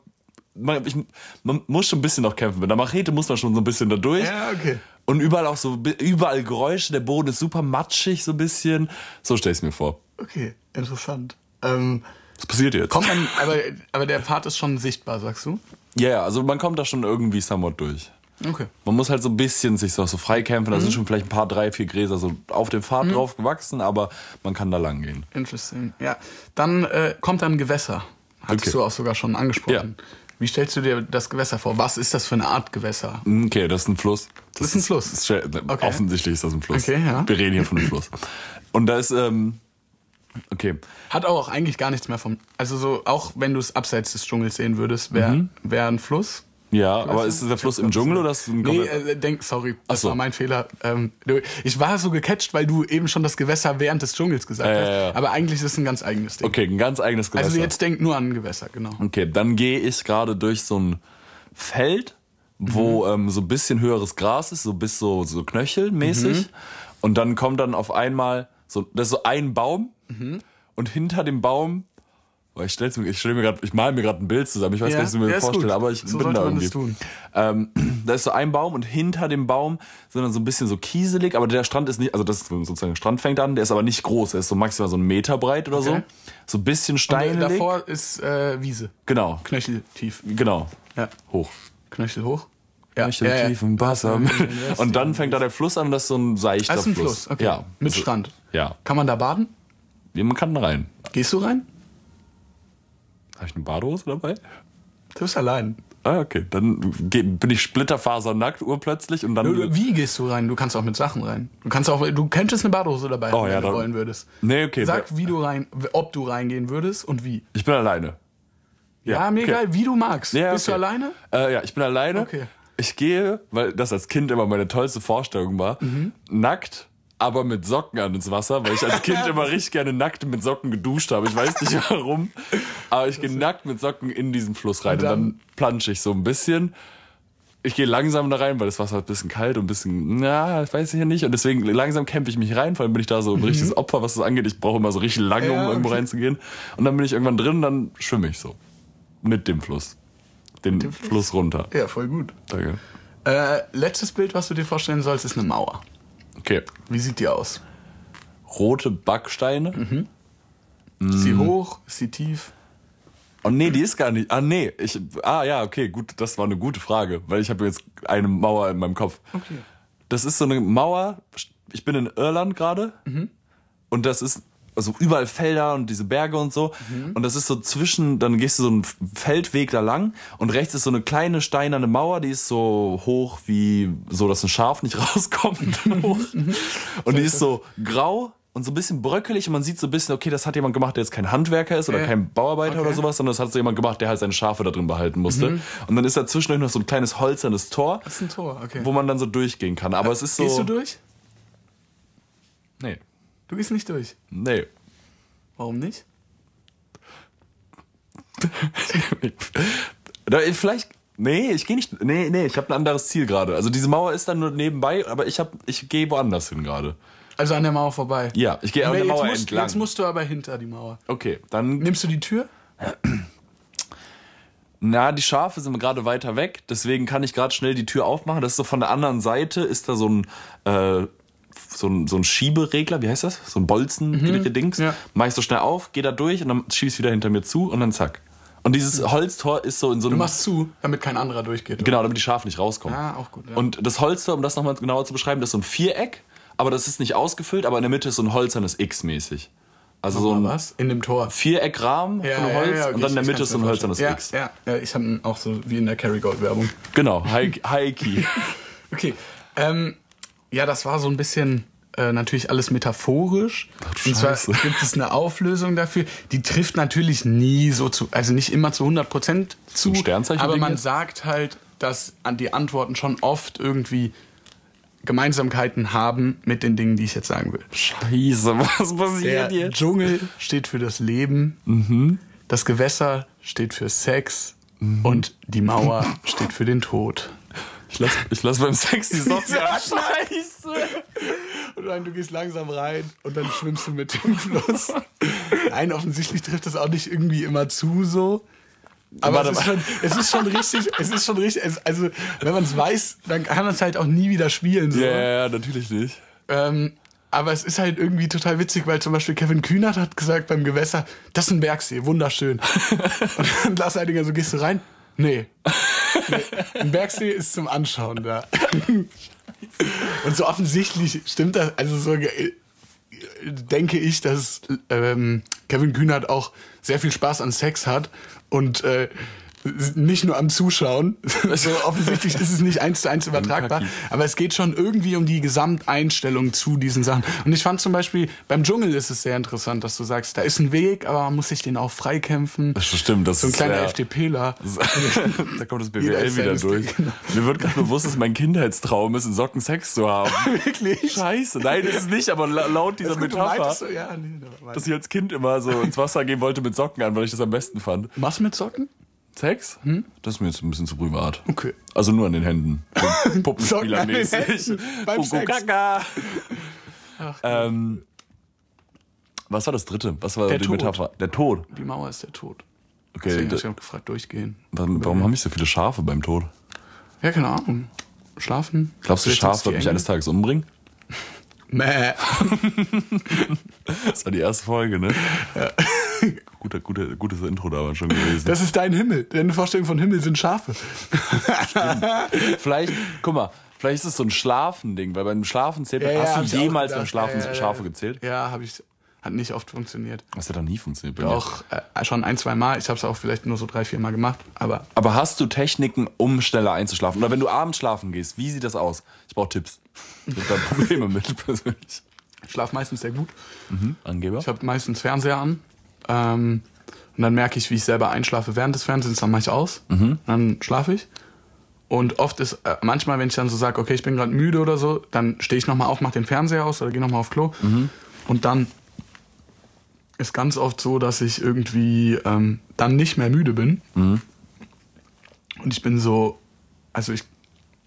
[SPEAKER 1] man, ich, man muss schon ein bisschen noch kämpfen. Mit der Machete muss man schon so ein bisschen da durch.
[SPEAKER 2] Ja, okay.
[SPEAKER 1] Und überall auch so, bi- überall Geräusche, der Boden ist super matschig so ein bisschen. So stell ich mir vor.
[SPEAKER 2] Okay, interessant. Ähm,
[SPEAKER 1] Was passiert jetzt?
[SPEAKER 2] kommt man, aber, aber der Pfad ist schon sichtbar, sagst du?
[SPEAKER 1] Ja, ja, also man kommt da schon irgendwie somewhat durch.
[SPEAKER 2] Okay.
[SPEAKER 1] Man muss halt so ein bisschen sich so, so freikämpfen. Da sind
[SPEAKER 2] Mhm.
[SPEAKER 1] schon vielleicht ein paar, drei, vier Gräser so auf dem Pfad drauf gewachsen, aber man kann da lang gehen.
[SPEAKER 2] Interesting. Ja. Dann äh, kommt da ein Gewässer. Hattest
[SPEAKER 1] Okay.
[SPEAKER 2] du auch sogar schon angesprochen.
[SPEAKER 1] Ja.
[SPEAKER 2] Wie stellst du dir das Gewässer vor? Was ist das für eine Art Gewässer?
[SPEAKER 1] Hm, Okay, das ist ein Fluss.
[SPEAKER 2] Das ist ein Fluss.
[SPEAKER 1] ist schwer-
[SPEAKER 2] Okay.
[SPEAKER 1] Offensichtlich ist das ein Fluss.
[SPEAKER 2] Okay, ja.
[SPEAKER 1] Wir reden hier von einem Fluss. Und da ist, ähm, okay.
[SPEAKER 2] Hat auch eigentlich gar nichts mehr vom. Also so, auch wenn du es abseits des Dschungels sehen würdest, wäre wär ein Fluss.
[SPEAKER 1] Ja, Mhm. aber ist der Fluss im Dschungel oder ist es ein
[SPEAKER 2] Nee,
[SPEAKER 1] komplett-
[SPEAKER 2] äh, denk, sorry, das
[SPEAKER 1] Ach so.
[SPEAKER 2] war mein Fehler. Ähm, du- ich war so gecatcht, weil du eben schon das Gewässer während des Dschungels gesagt
[SPEAKER 1] Ja,
[SPEAKER 2] hast.
[SPEAKER 1] ja, ja.
[SPEAKER 2] Aber eigentlich ist es ein ganz eigenes Ding.
[SPEAKER 1] Okay, ein ganz eigenes Gewässer.
[SPEAKER 2] Also jetzt denk nur an ein Gewässer, genau.
[SPEAKER 1] Okay, dann gehe ich gerade durch so ein Feld, wo
[SPEAKER 2] Mhm.
[SPEAKER 1] ähm, so ein bisschen höheres Gras ist, so bis so, so knöchelmäßig.
[SPEAKER 2] Mhm.
[SPEAKER 1] Und dann kommt dann auf einmal so, das ist so ein Baum
[SPEAKER 2] Mhm.
[SPEAKER 1] und hinter dem Baum, boah, ich stell's mir, ich stell mir gerade, ich male mir gerade ein Bild zusammen, ich weiß
[SPEAKER 2] Ja,
[SPEAKER 1] gar nicht, was ich mir
[SPEAKER 2] ja, ist
[SPEAKER 1] vorstelle,
[SPEAKER 2] gut.
[SPEAKER 1] aber ich
[SPEAKER 2] So
[SPEAKER 1] bin
[SPEAKER 2] sollte
[SPEAKER 1] da
[SPEAKER 2] man das
[SPEAKER 1] irgendwie.
[SPEAKER 2] tun.
[SPEAKER 1] Ähm, da ist so ein Baum und hinter dem Baum sind dann so ein bisschen so kieselig, aber der Strand ist nicht, also das ist sozusagen der Strand fängt an, der ist aber nicht groß, er ist so maximal so einen Meter breit oder
[SPEAKER 2] Okay. äh,
[SPEAKER 1] so. So ein bisschen steinig.
[SPEAKER 2] Davor ist äh, Wiese.
[SPEAKER 1] Genau,
[SPEAKER 2] Knöcheltief.
[SPEAKER 1] genau.
[SPEAKER 2] Ja.
[SPEAKER 1] Hoch.
[SPEAKER 2] Knöchel hoch. Ja,
[SPEAKER 1] Möchte
[SPEAKER 2] ja, ja.
[SPEAKER 1] tiefen Wasser. Und dann fängt da der Fluss an, das ist so ein seichter
[SPEAKER 2] Das ist ein
[SPEAKER 1] Fluss.
[SPEAKER 2] Fluss, okay.
[SPEAKER 1] Ja. also
[SPEAKER 2] Mit Strand.
[SPEAKER 1] Ja.
[SPEAKER 2] Kann man da baden?
[SPEAKER 1] ja, man kann rein.
[SPEAKER 2] Gehst du rein?
[SPEAKER 1] Habe ich eine Badehose dabei?
[SPEAKER 2] Du bist allein.
[SPEAKER 1] Ah, okay. Dann geh- bin ich splitterfasernackt urplötzlich und dann...
[SPEAKER 2] Äh, Wie gehst du rein? Du kannst auch mit Sachen rein. Du kannst auch, du könntest eine Badehose dabei haben,
[SPEAKER 1] Oh, ja,
[SPEAKER 2] wenn du
[SPEAKER 1] dann-
[SPEAKER 2] wollen würdest.
[SPEAKER 1] Nee, okay.
[SPEAKER 2] Sag, wie du rein, ob du reingehen würdest und wie.
[SPEAKER 1] Ich bin alleine.
[SPEAKER 2] Ja, mir
[SPEAKER 1] okay.
[SPEAKER 2] egal, wie du magst.
[SPEAKER 1] Ja,
[SPEAKER 2] Bist
[SPEAKER 1] okay.
[SPEAKER 2] du alleine?
[SPEAKER 1] Äh, ja, ich bin alleine.
[SPEAKER 2] Okay.
[SPEAKER 1] Ich gehe, weil das als Kind immer meine tollste Vorstellung war,
[SPEAKER 2] Mhm.
[SPEAKER 1] nackt, aber mit Socken an ins Wasser, weil ich als Kind immer richtig gerne nackt mit Socken geduscht habe. Ich weiß nicht warum, aber ich gehe nackt mit Socken in diesen Fluss rein und
[SPEAKER 2] Und
[SPEAKER 1] dann,
[SPEAKER 2] dann-
[SPEAKER 1] plansche ich so ein bisschen. Ich gehe langsam da rein, weil das Wasser ist ein bisschen kalt und ein bisschen, na, ich weiß ich ja nicht. Und deswegen langsam kämpfe ich mich rein, vor allem bin ich da so ein richtiges Opfer, was das angeht. Ich brauche immer so richtig lange, um
[SPEAKER 2] Mhm. Ja,
[SPEAKER 1] irgendwo
[SPEAKER 2] okay.
[SPEAKER 1] reinzugehen. Und dann bin ich irgendwann drin und dann schwimme ich so. Mit dem Fluss. Den Fluss? runter.
[SPEAKER 2] Ja, voll gut.
[SPEAKER 1] Danke.
[SPEAKER 2] Äh, letztes Bild, was du dir vorstellen sollst, ist eine Mauer.
[SPEAKER 1] Okay.
[SPEAKER 2] Wie sieht die aus?
[SPEAKER 1] Rote Backsteine.
[SPEAKER 2] Mhm. Ist
[SPEAKER 1] Mm.
[SPEAKER 2] sie hoch? Ist sie tief?
[SPEAKER 1] Oh nee, die ist gar nicht. Ah nee, ich. Ah ja, okay, gut, das war eine gute Frage, weil ich habe jetzt eine Mauer in meinem Kopf.
[SPEAKER 2] Okay.
[SPEAKER 1] Das ist so eine Mauer. Ich bin in Irland gerade und das ist also überall Felder und diese Berge und so und das ist so zwischen. Dann gehst du so einen Feldweg da lang und rechts ist so eine kleine steinerne Mauer, die ist so hoch wie so, dass ein Schaf nicht rauskommt hoch und die ist so grau. Und so ein bisschen bröckelig und man sieht so ein bisschen, okay, das hat jemand gemacht, der jetzt kein Handwerker ist oder
[SPEAKER 2] Ja.
[SPEAKER 1] kein Bauarbeiter oder
[SPEAKER 2] Okay. Mhm.
[SPEAKER 1] sowas, sondern das hat so jemand gemacht, der halt seine Schafe da drin behalten musste. Und dann ist da zwischendurch noch so ein kleines holzernes Tor
[SPEAKER 2] Das ist ein Tor, okay. Äh,
[SPEAKER 1] wo man dann so durchgehen kann. Aber es ist so.
[SPEAKER 2] Gehst du durch?
[SPEAKER 1] Nee.
[SPEAKER 2] Du gehst nicht durch.
[SPEAKER 1] Nee.
[SPEAKER 2] Warum nicht?
[SPEAKER 1] Da, Vielleicht. Nee, ich gehe nicht. Nee, nee, ich habe ein anderes Ziel gerade. Also diese Mauer ist dann nur nebenbei, aber ich hab, ich gehe woanders hin gerade.
[SPEAKER 2] Also an der Mauer vorbei.
[SPEAKER 1] Ja, ich gehe an
[SPEAKER 2] Aber
[SPEAKER 1] der
[SPEAKER 2] jetzt
[SPEAKER 1] Mauer
[SPEAKER 2] musst,
[SPEAKER 1] entlang.
[SPEAKER 2] Jetzt musst du aber hinter die Mauer.
[SPEAKER 1] okay, dann.
[SPEAKER 2] Nimmst du die Tür?
[SPEAKER 1] Na, die Schafe sind gerade weiter weg, deswegen kann ich gerade schnell die Tür aufmachen. Das ist so von der anderen Seite, ist da so ein. Äh, so ein, so ein Schieberegler, wie heißt das? So ein Bolzen, Dings.
[SPEAKER 2] Mhm. ja.
[SPEAKER 1] Mach ich so schnell auf, geh da durch und dann schieb ich's wieder hinter mir zu und dann zack. Und dieses Holztor ist so in so
[SPEAKER 2] Mhm. Du
[SPEAKER 1] einem.
[SPEAKER 2] machst zu, damit kein anderer durchgeht.
[SPEAKER 1] Genau, damit die Schafe nicht rauskommen.
[SPEAKER 2] Ah, auch gut, ja.
[SPEAKER 1] Und das Holztor, um das nochmal genauer zu beschreiben, das ist so ein Viereck, aber das ist nicht ausgefüllt, aber in der Mitte ist so ein holzernes X mäßig. Also so ein
[SPEAKER 2] Oder was? In dem Tor.
[SPEAKER 1] Viereckrahmen von Holz
[SPEAKER 2] okay,
[SPEAKER 1] und dann in der
[SPEAKER 2] ich- ich
[SPEAKER 1] Mitte
[SPEAKER 2] kann's
[SPEAKER 1] ist so ein
[SPEAKER 2] mir
[SPEAKER 1] hölzernes
[SPEAKER 2] vorstellen.
[SPEAKER 1] X.
[SPEAKER 2] ja, ja, ja, ich habe auch so wie in der Kerrygold-Werbung.
[SPEAKER 1] Genau, Hi- Heiki.
[SPEAKER 2] Okay. Ähm, ja, das war so ein bisschen äh, natürlich alles metaphorisch.
[SPEAKER 1] du
[SPEAKER 2] Und zwar
[SPEAKER 1] Scheiße.
[SPEAKER 2] gibt es eine Auflösung dafür. Die trifft natürlich nie so zu, also nicht immer zu 100 Prozent zu.
[SPEAKER 1] ein Sternzeichen-Ding
[SPEAKER 2] aber man
[SPEAKER 1] jetzt?
[SPEAKER 2] sagt halt, dass an die Antworten schon oft irgendwie Gemeinsamkeiten haben mit den Dingen, die ich jetzt sagen will.
[SPEAKER 1] Scheiße, was passiert
[SPEAKER 2] Der
[SPEAKER 1] hier?
[SPEAKER 2] Dschungel steht für das Leben.
[SPEAKER 1] Mhm.
[SPEAKER 2] Das Gewässer steht für Sex. Und die Mauer steht für den Tod.
[SPEAKER 1] Ich lass, ich lass beim Sex die Socken
[SPEAKER 2] Dieser
[SPEAKER 1] Scheiße.
[SPEAKER 2] Und dann, du gehst langsam rein und dann schwimmst du mit dem Fluss. Nein, offensichtlich trifft das auch nicht irgendwie immer zu so. Aber
[SPEAKER 1] Warte
[SPEAKER 2] es ist,
[SPEAKER 1] mal.
[SPEAKER 2] schon, es ist schon richtig, es ist schon richtig, es, also wenn man es weiß, dann kann man es halt auch nie wieder spielen. So.
[SPEAKER 1] Ja, ja, ja, natürlich nicht.
[SPEAKER 2] Ähm, aber es ist halt irgendwie total witzig, weil zum Beispiel Kevin Kühnert hat gesagt beim Gewässer, das ist ein Bergsee, wunderschön. Und dann Lars Eidinger so, gehst du rein? Nee. nee. Ein Bergsee ist zum Anschauen da. Und so offensichtlich stimmt das, also so äh, denke ich, dass ähm, Kevin Kühnert auch sehr viel Spaß an Sex hat und äh, nicht nur am Zuschauen. so offensichtlich ist es nicht eins zu eins übertragbar.
[SPEAKER 1] Kaki.
[SPEAKER 2] Aber es geht schon irgendwie um die Gesamteinstellung zu diesen Sachen. Und ich fand zum Beispiel, beim Dschungel ist es sehr interessant, dass du sagst, da ist ein Weg, aber man muss sich den auch freikämpfen.
[SPEAKER 1] Das stimmt, das
[SPEAKER 2] So ein
[SPEAKER 1] ist
[SPEAKER 2] kleiner
[SPEAKER 1] ja-
[SPEAKER 2] FDPler.
[SPEAKER 1] da kommt das
[SPEAKER 2] Jeder
[SPEAKER 1] BWL
[SPEAKER 2] ist
[SPEAKER 1] wieder
[SPEAKER 2] selbst-
[SPEAKER 1] durch.
[SPEAKER 2] genau.
[SPEAKER 1] Mir wird gerade bewusst, dass mein Kindheitstraum ist, in Socken Sex zu haben.
[SPEAKER 2] Wirklich?
[SPEAKER 1] Scheiße. Nein, ist es nicht, aber la- laut dieser
[SPEAKER 2] Das gut, du
[SPEAKER 1] Metapher,
[SPEAKER 2] meintest so, ja, nee, da war-
[SPEAKER 1] dass ich als Kind immer so ins Wasser gehen wollte mit Socken an, weil ich das am besten fand.
[SPEAKER 2] Machst du mit Socken?
[SPEAKER 1] Sex? Das ist mir jetzt ein bisschen zu privat.
[SPEAKER 2] Hm? Okay.
[SPEAKER 1] Also nur an den Händen. So
[SPEAKER 2] Socken an den
[SPEAKER 1] Puppenspielermäßig.
[SPEAKER 2] Händen beim
[SPEAKER 1] Kuckuck,
[SPEAKER 2] Sex.
[SPEAKER 1] kaka. Ähm, was war das dritte? Was war
[SPEAKER 2] Der
[SPEAKER 1] die
[SPEAKER 2] Tod.
[SPEAKER 1] Metapher? Der Tod.
[SPEAKER 2] Die Mauer ist der Tod.
[SPEAKER 1] Okay.
[SPEAKER 2] Deswegen hab
[SPEAKER 1] Da,
[SPEAKER 2] ich auch gefragt, durchgehen.
[SPEAKER 1] dann, warum habe ich so viele Schafe beim Tod?
[SPEAKER 2] Ja, keine Ahnung. Schlafen?
[SPEAKER 1] Glaubst du, das
[SPEAKER 2] Vielleicht
[SPEAKER 1] Schaf
[SPEAKER 2] sind's die
[SPEAKER 1] wird mich
[SPEAKER 2] Engel?
[SPEAKER 1] eines Tages umbringen?
[SPEAKER 2] Mäh.
[SPEAKER 1] Das war die erste Folge, ne? Guter, guter, gutes Intro damals schon gewesen.
[SPEAKER 2] Das ist dein Himmel. Deine Vorstellung von Himmel sind Schafe.
[SPEAKER 1] vielleicht, guck mal, vielleicht ist es so ein Schlafending, weil beim Schlafen zählt man.
[SPEAKER 2] Ja, ja, hab
[SPEAKER 1] hast
[SPEAKER 2] ich
[SPEAKER 1] du
[SPEAKER 2] auch
[SPEAKER 1] jemals
[SPEAKER 2] gedacht.
[SPEAKER 1] beim Schlafen
[SPEAKER 2] Ja, ja, ja.
[SPEAKER 1] Schafe gezählt?
[SPEAKER 2] Ja, habe ich. Hat nicht oft funktioniert.
[SPEAKER 1] Das hat doch nie funktioniert. bei mir.
[SPEAKER 2] Auch äh, schon ein, zwei Mal. Ich habe es auch vielleicht nur so drei, vier Mal gemacht. Aber
[SPEAKER 1] Aber hast du Techniken, um schneller einzuschlafen? Oder wenn du abends schlafen gehst, wie sieht das aus? Ich brauche Tipps. Ich habe da Probleme mit persönlich.
[SPEAKER 2] ich schlafe meistens sehr gut.
[SPEAKER 1] Mhm. Angeber?
[SPEAKER 2] Ich habe meistens Fernseher an. Ähm, und dann merke ich, wie ich selber einschlafe während des Fernsehens. Dann mache ich aus. Dann schlafe ich. Und oft ist, äh, manchmal, wenn ich dann so sage, okay, ich bin gerade müde oder so, dann stehe ich nochmal auf, mache den Fernseher aus oder gehe nochmal auf Klo. Und dann ist ganz oft so, dass ich irgendwie ähm, dann nicht mehr müde bin.
[SPEAKER 1] Mhm.
[SPEAKER 2] Und ich bin so, also ich,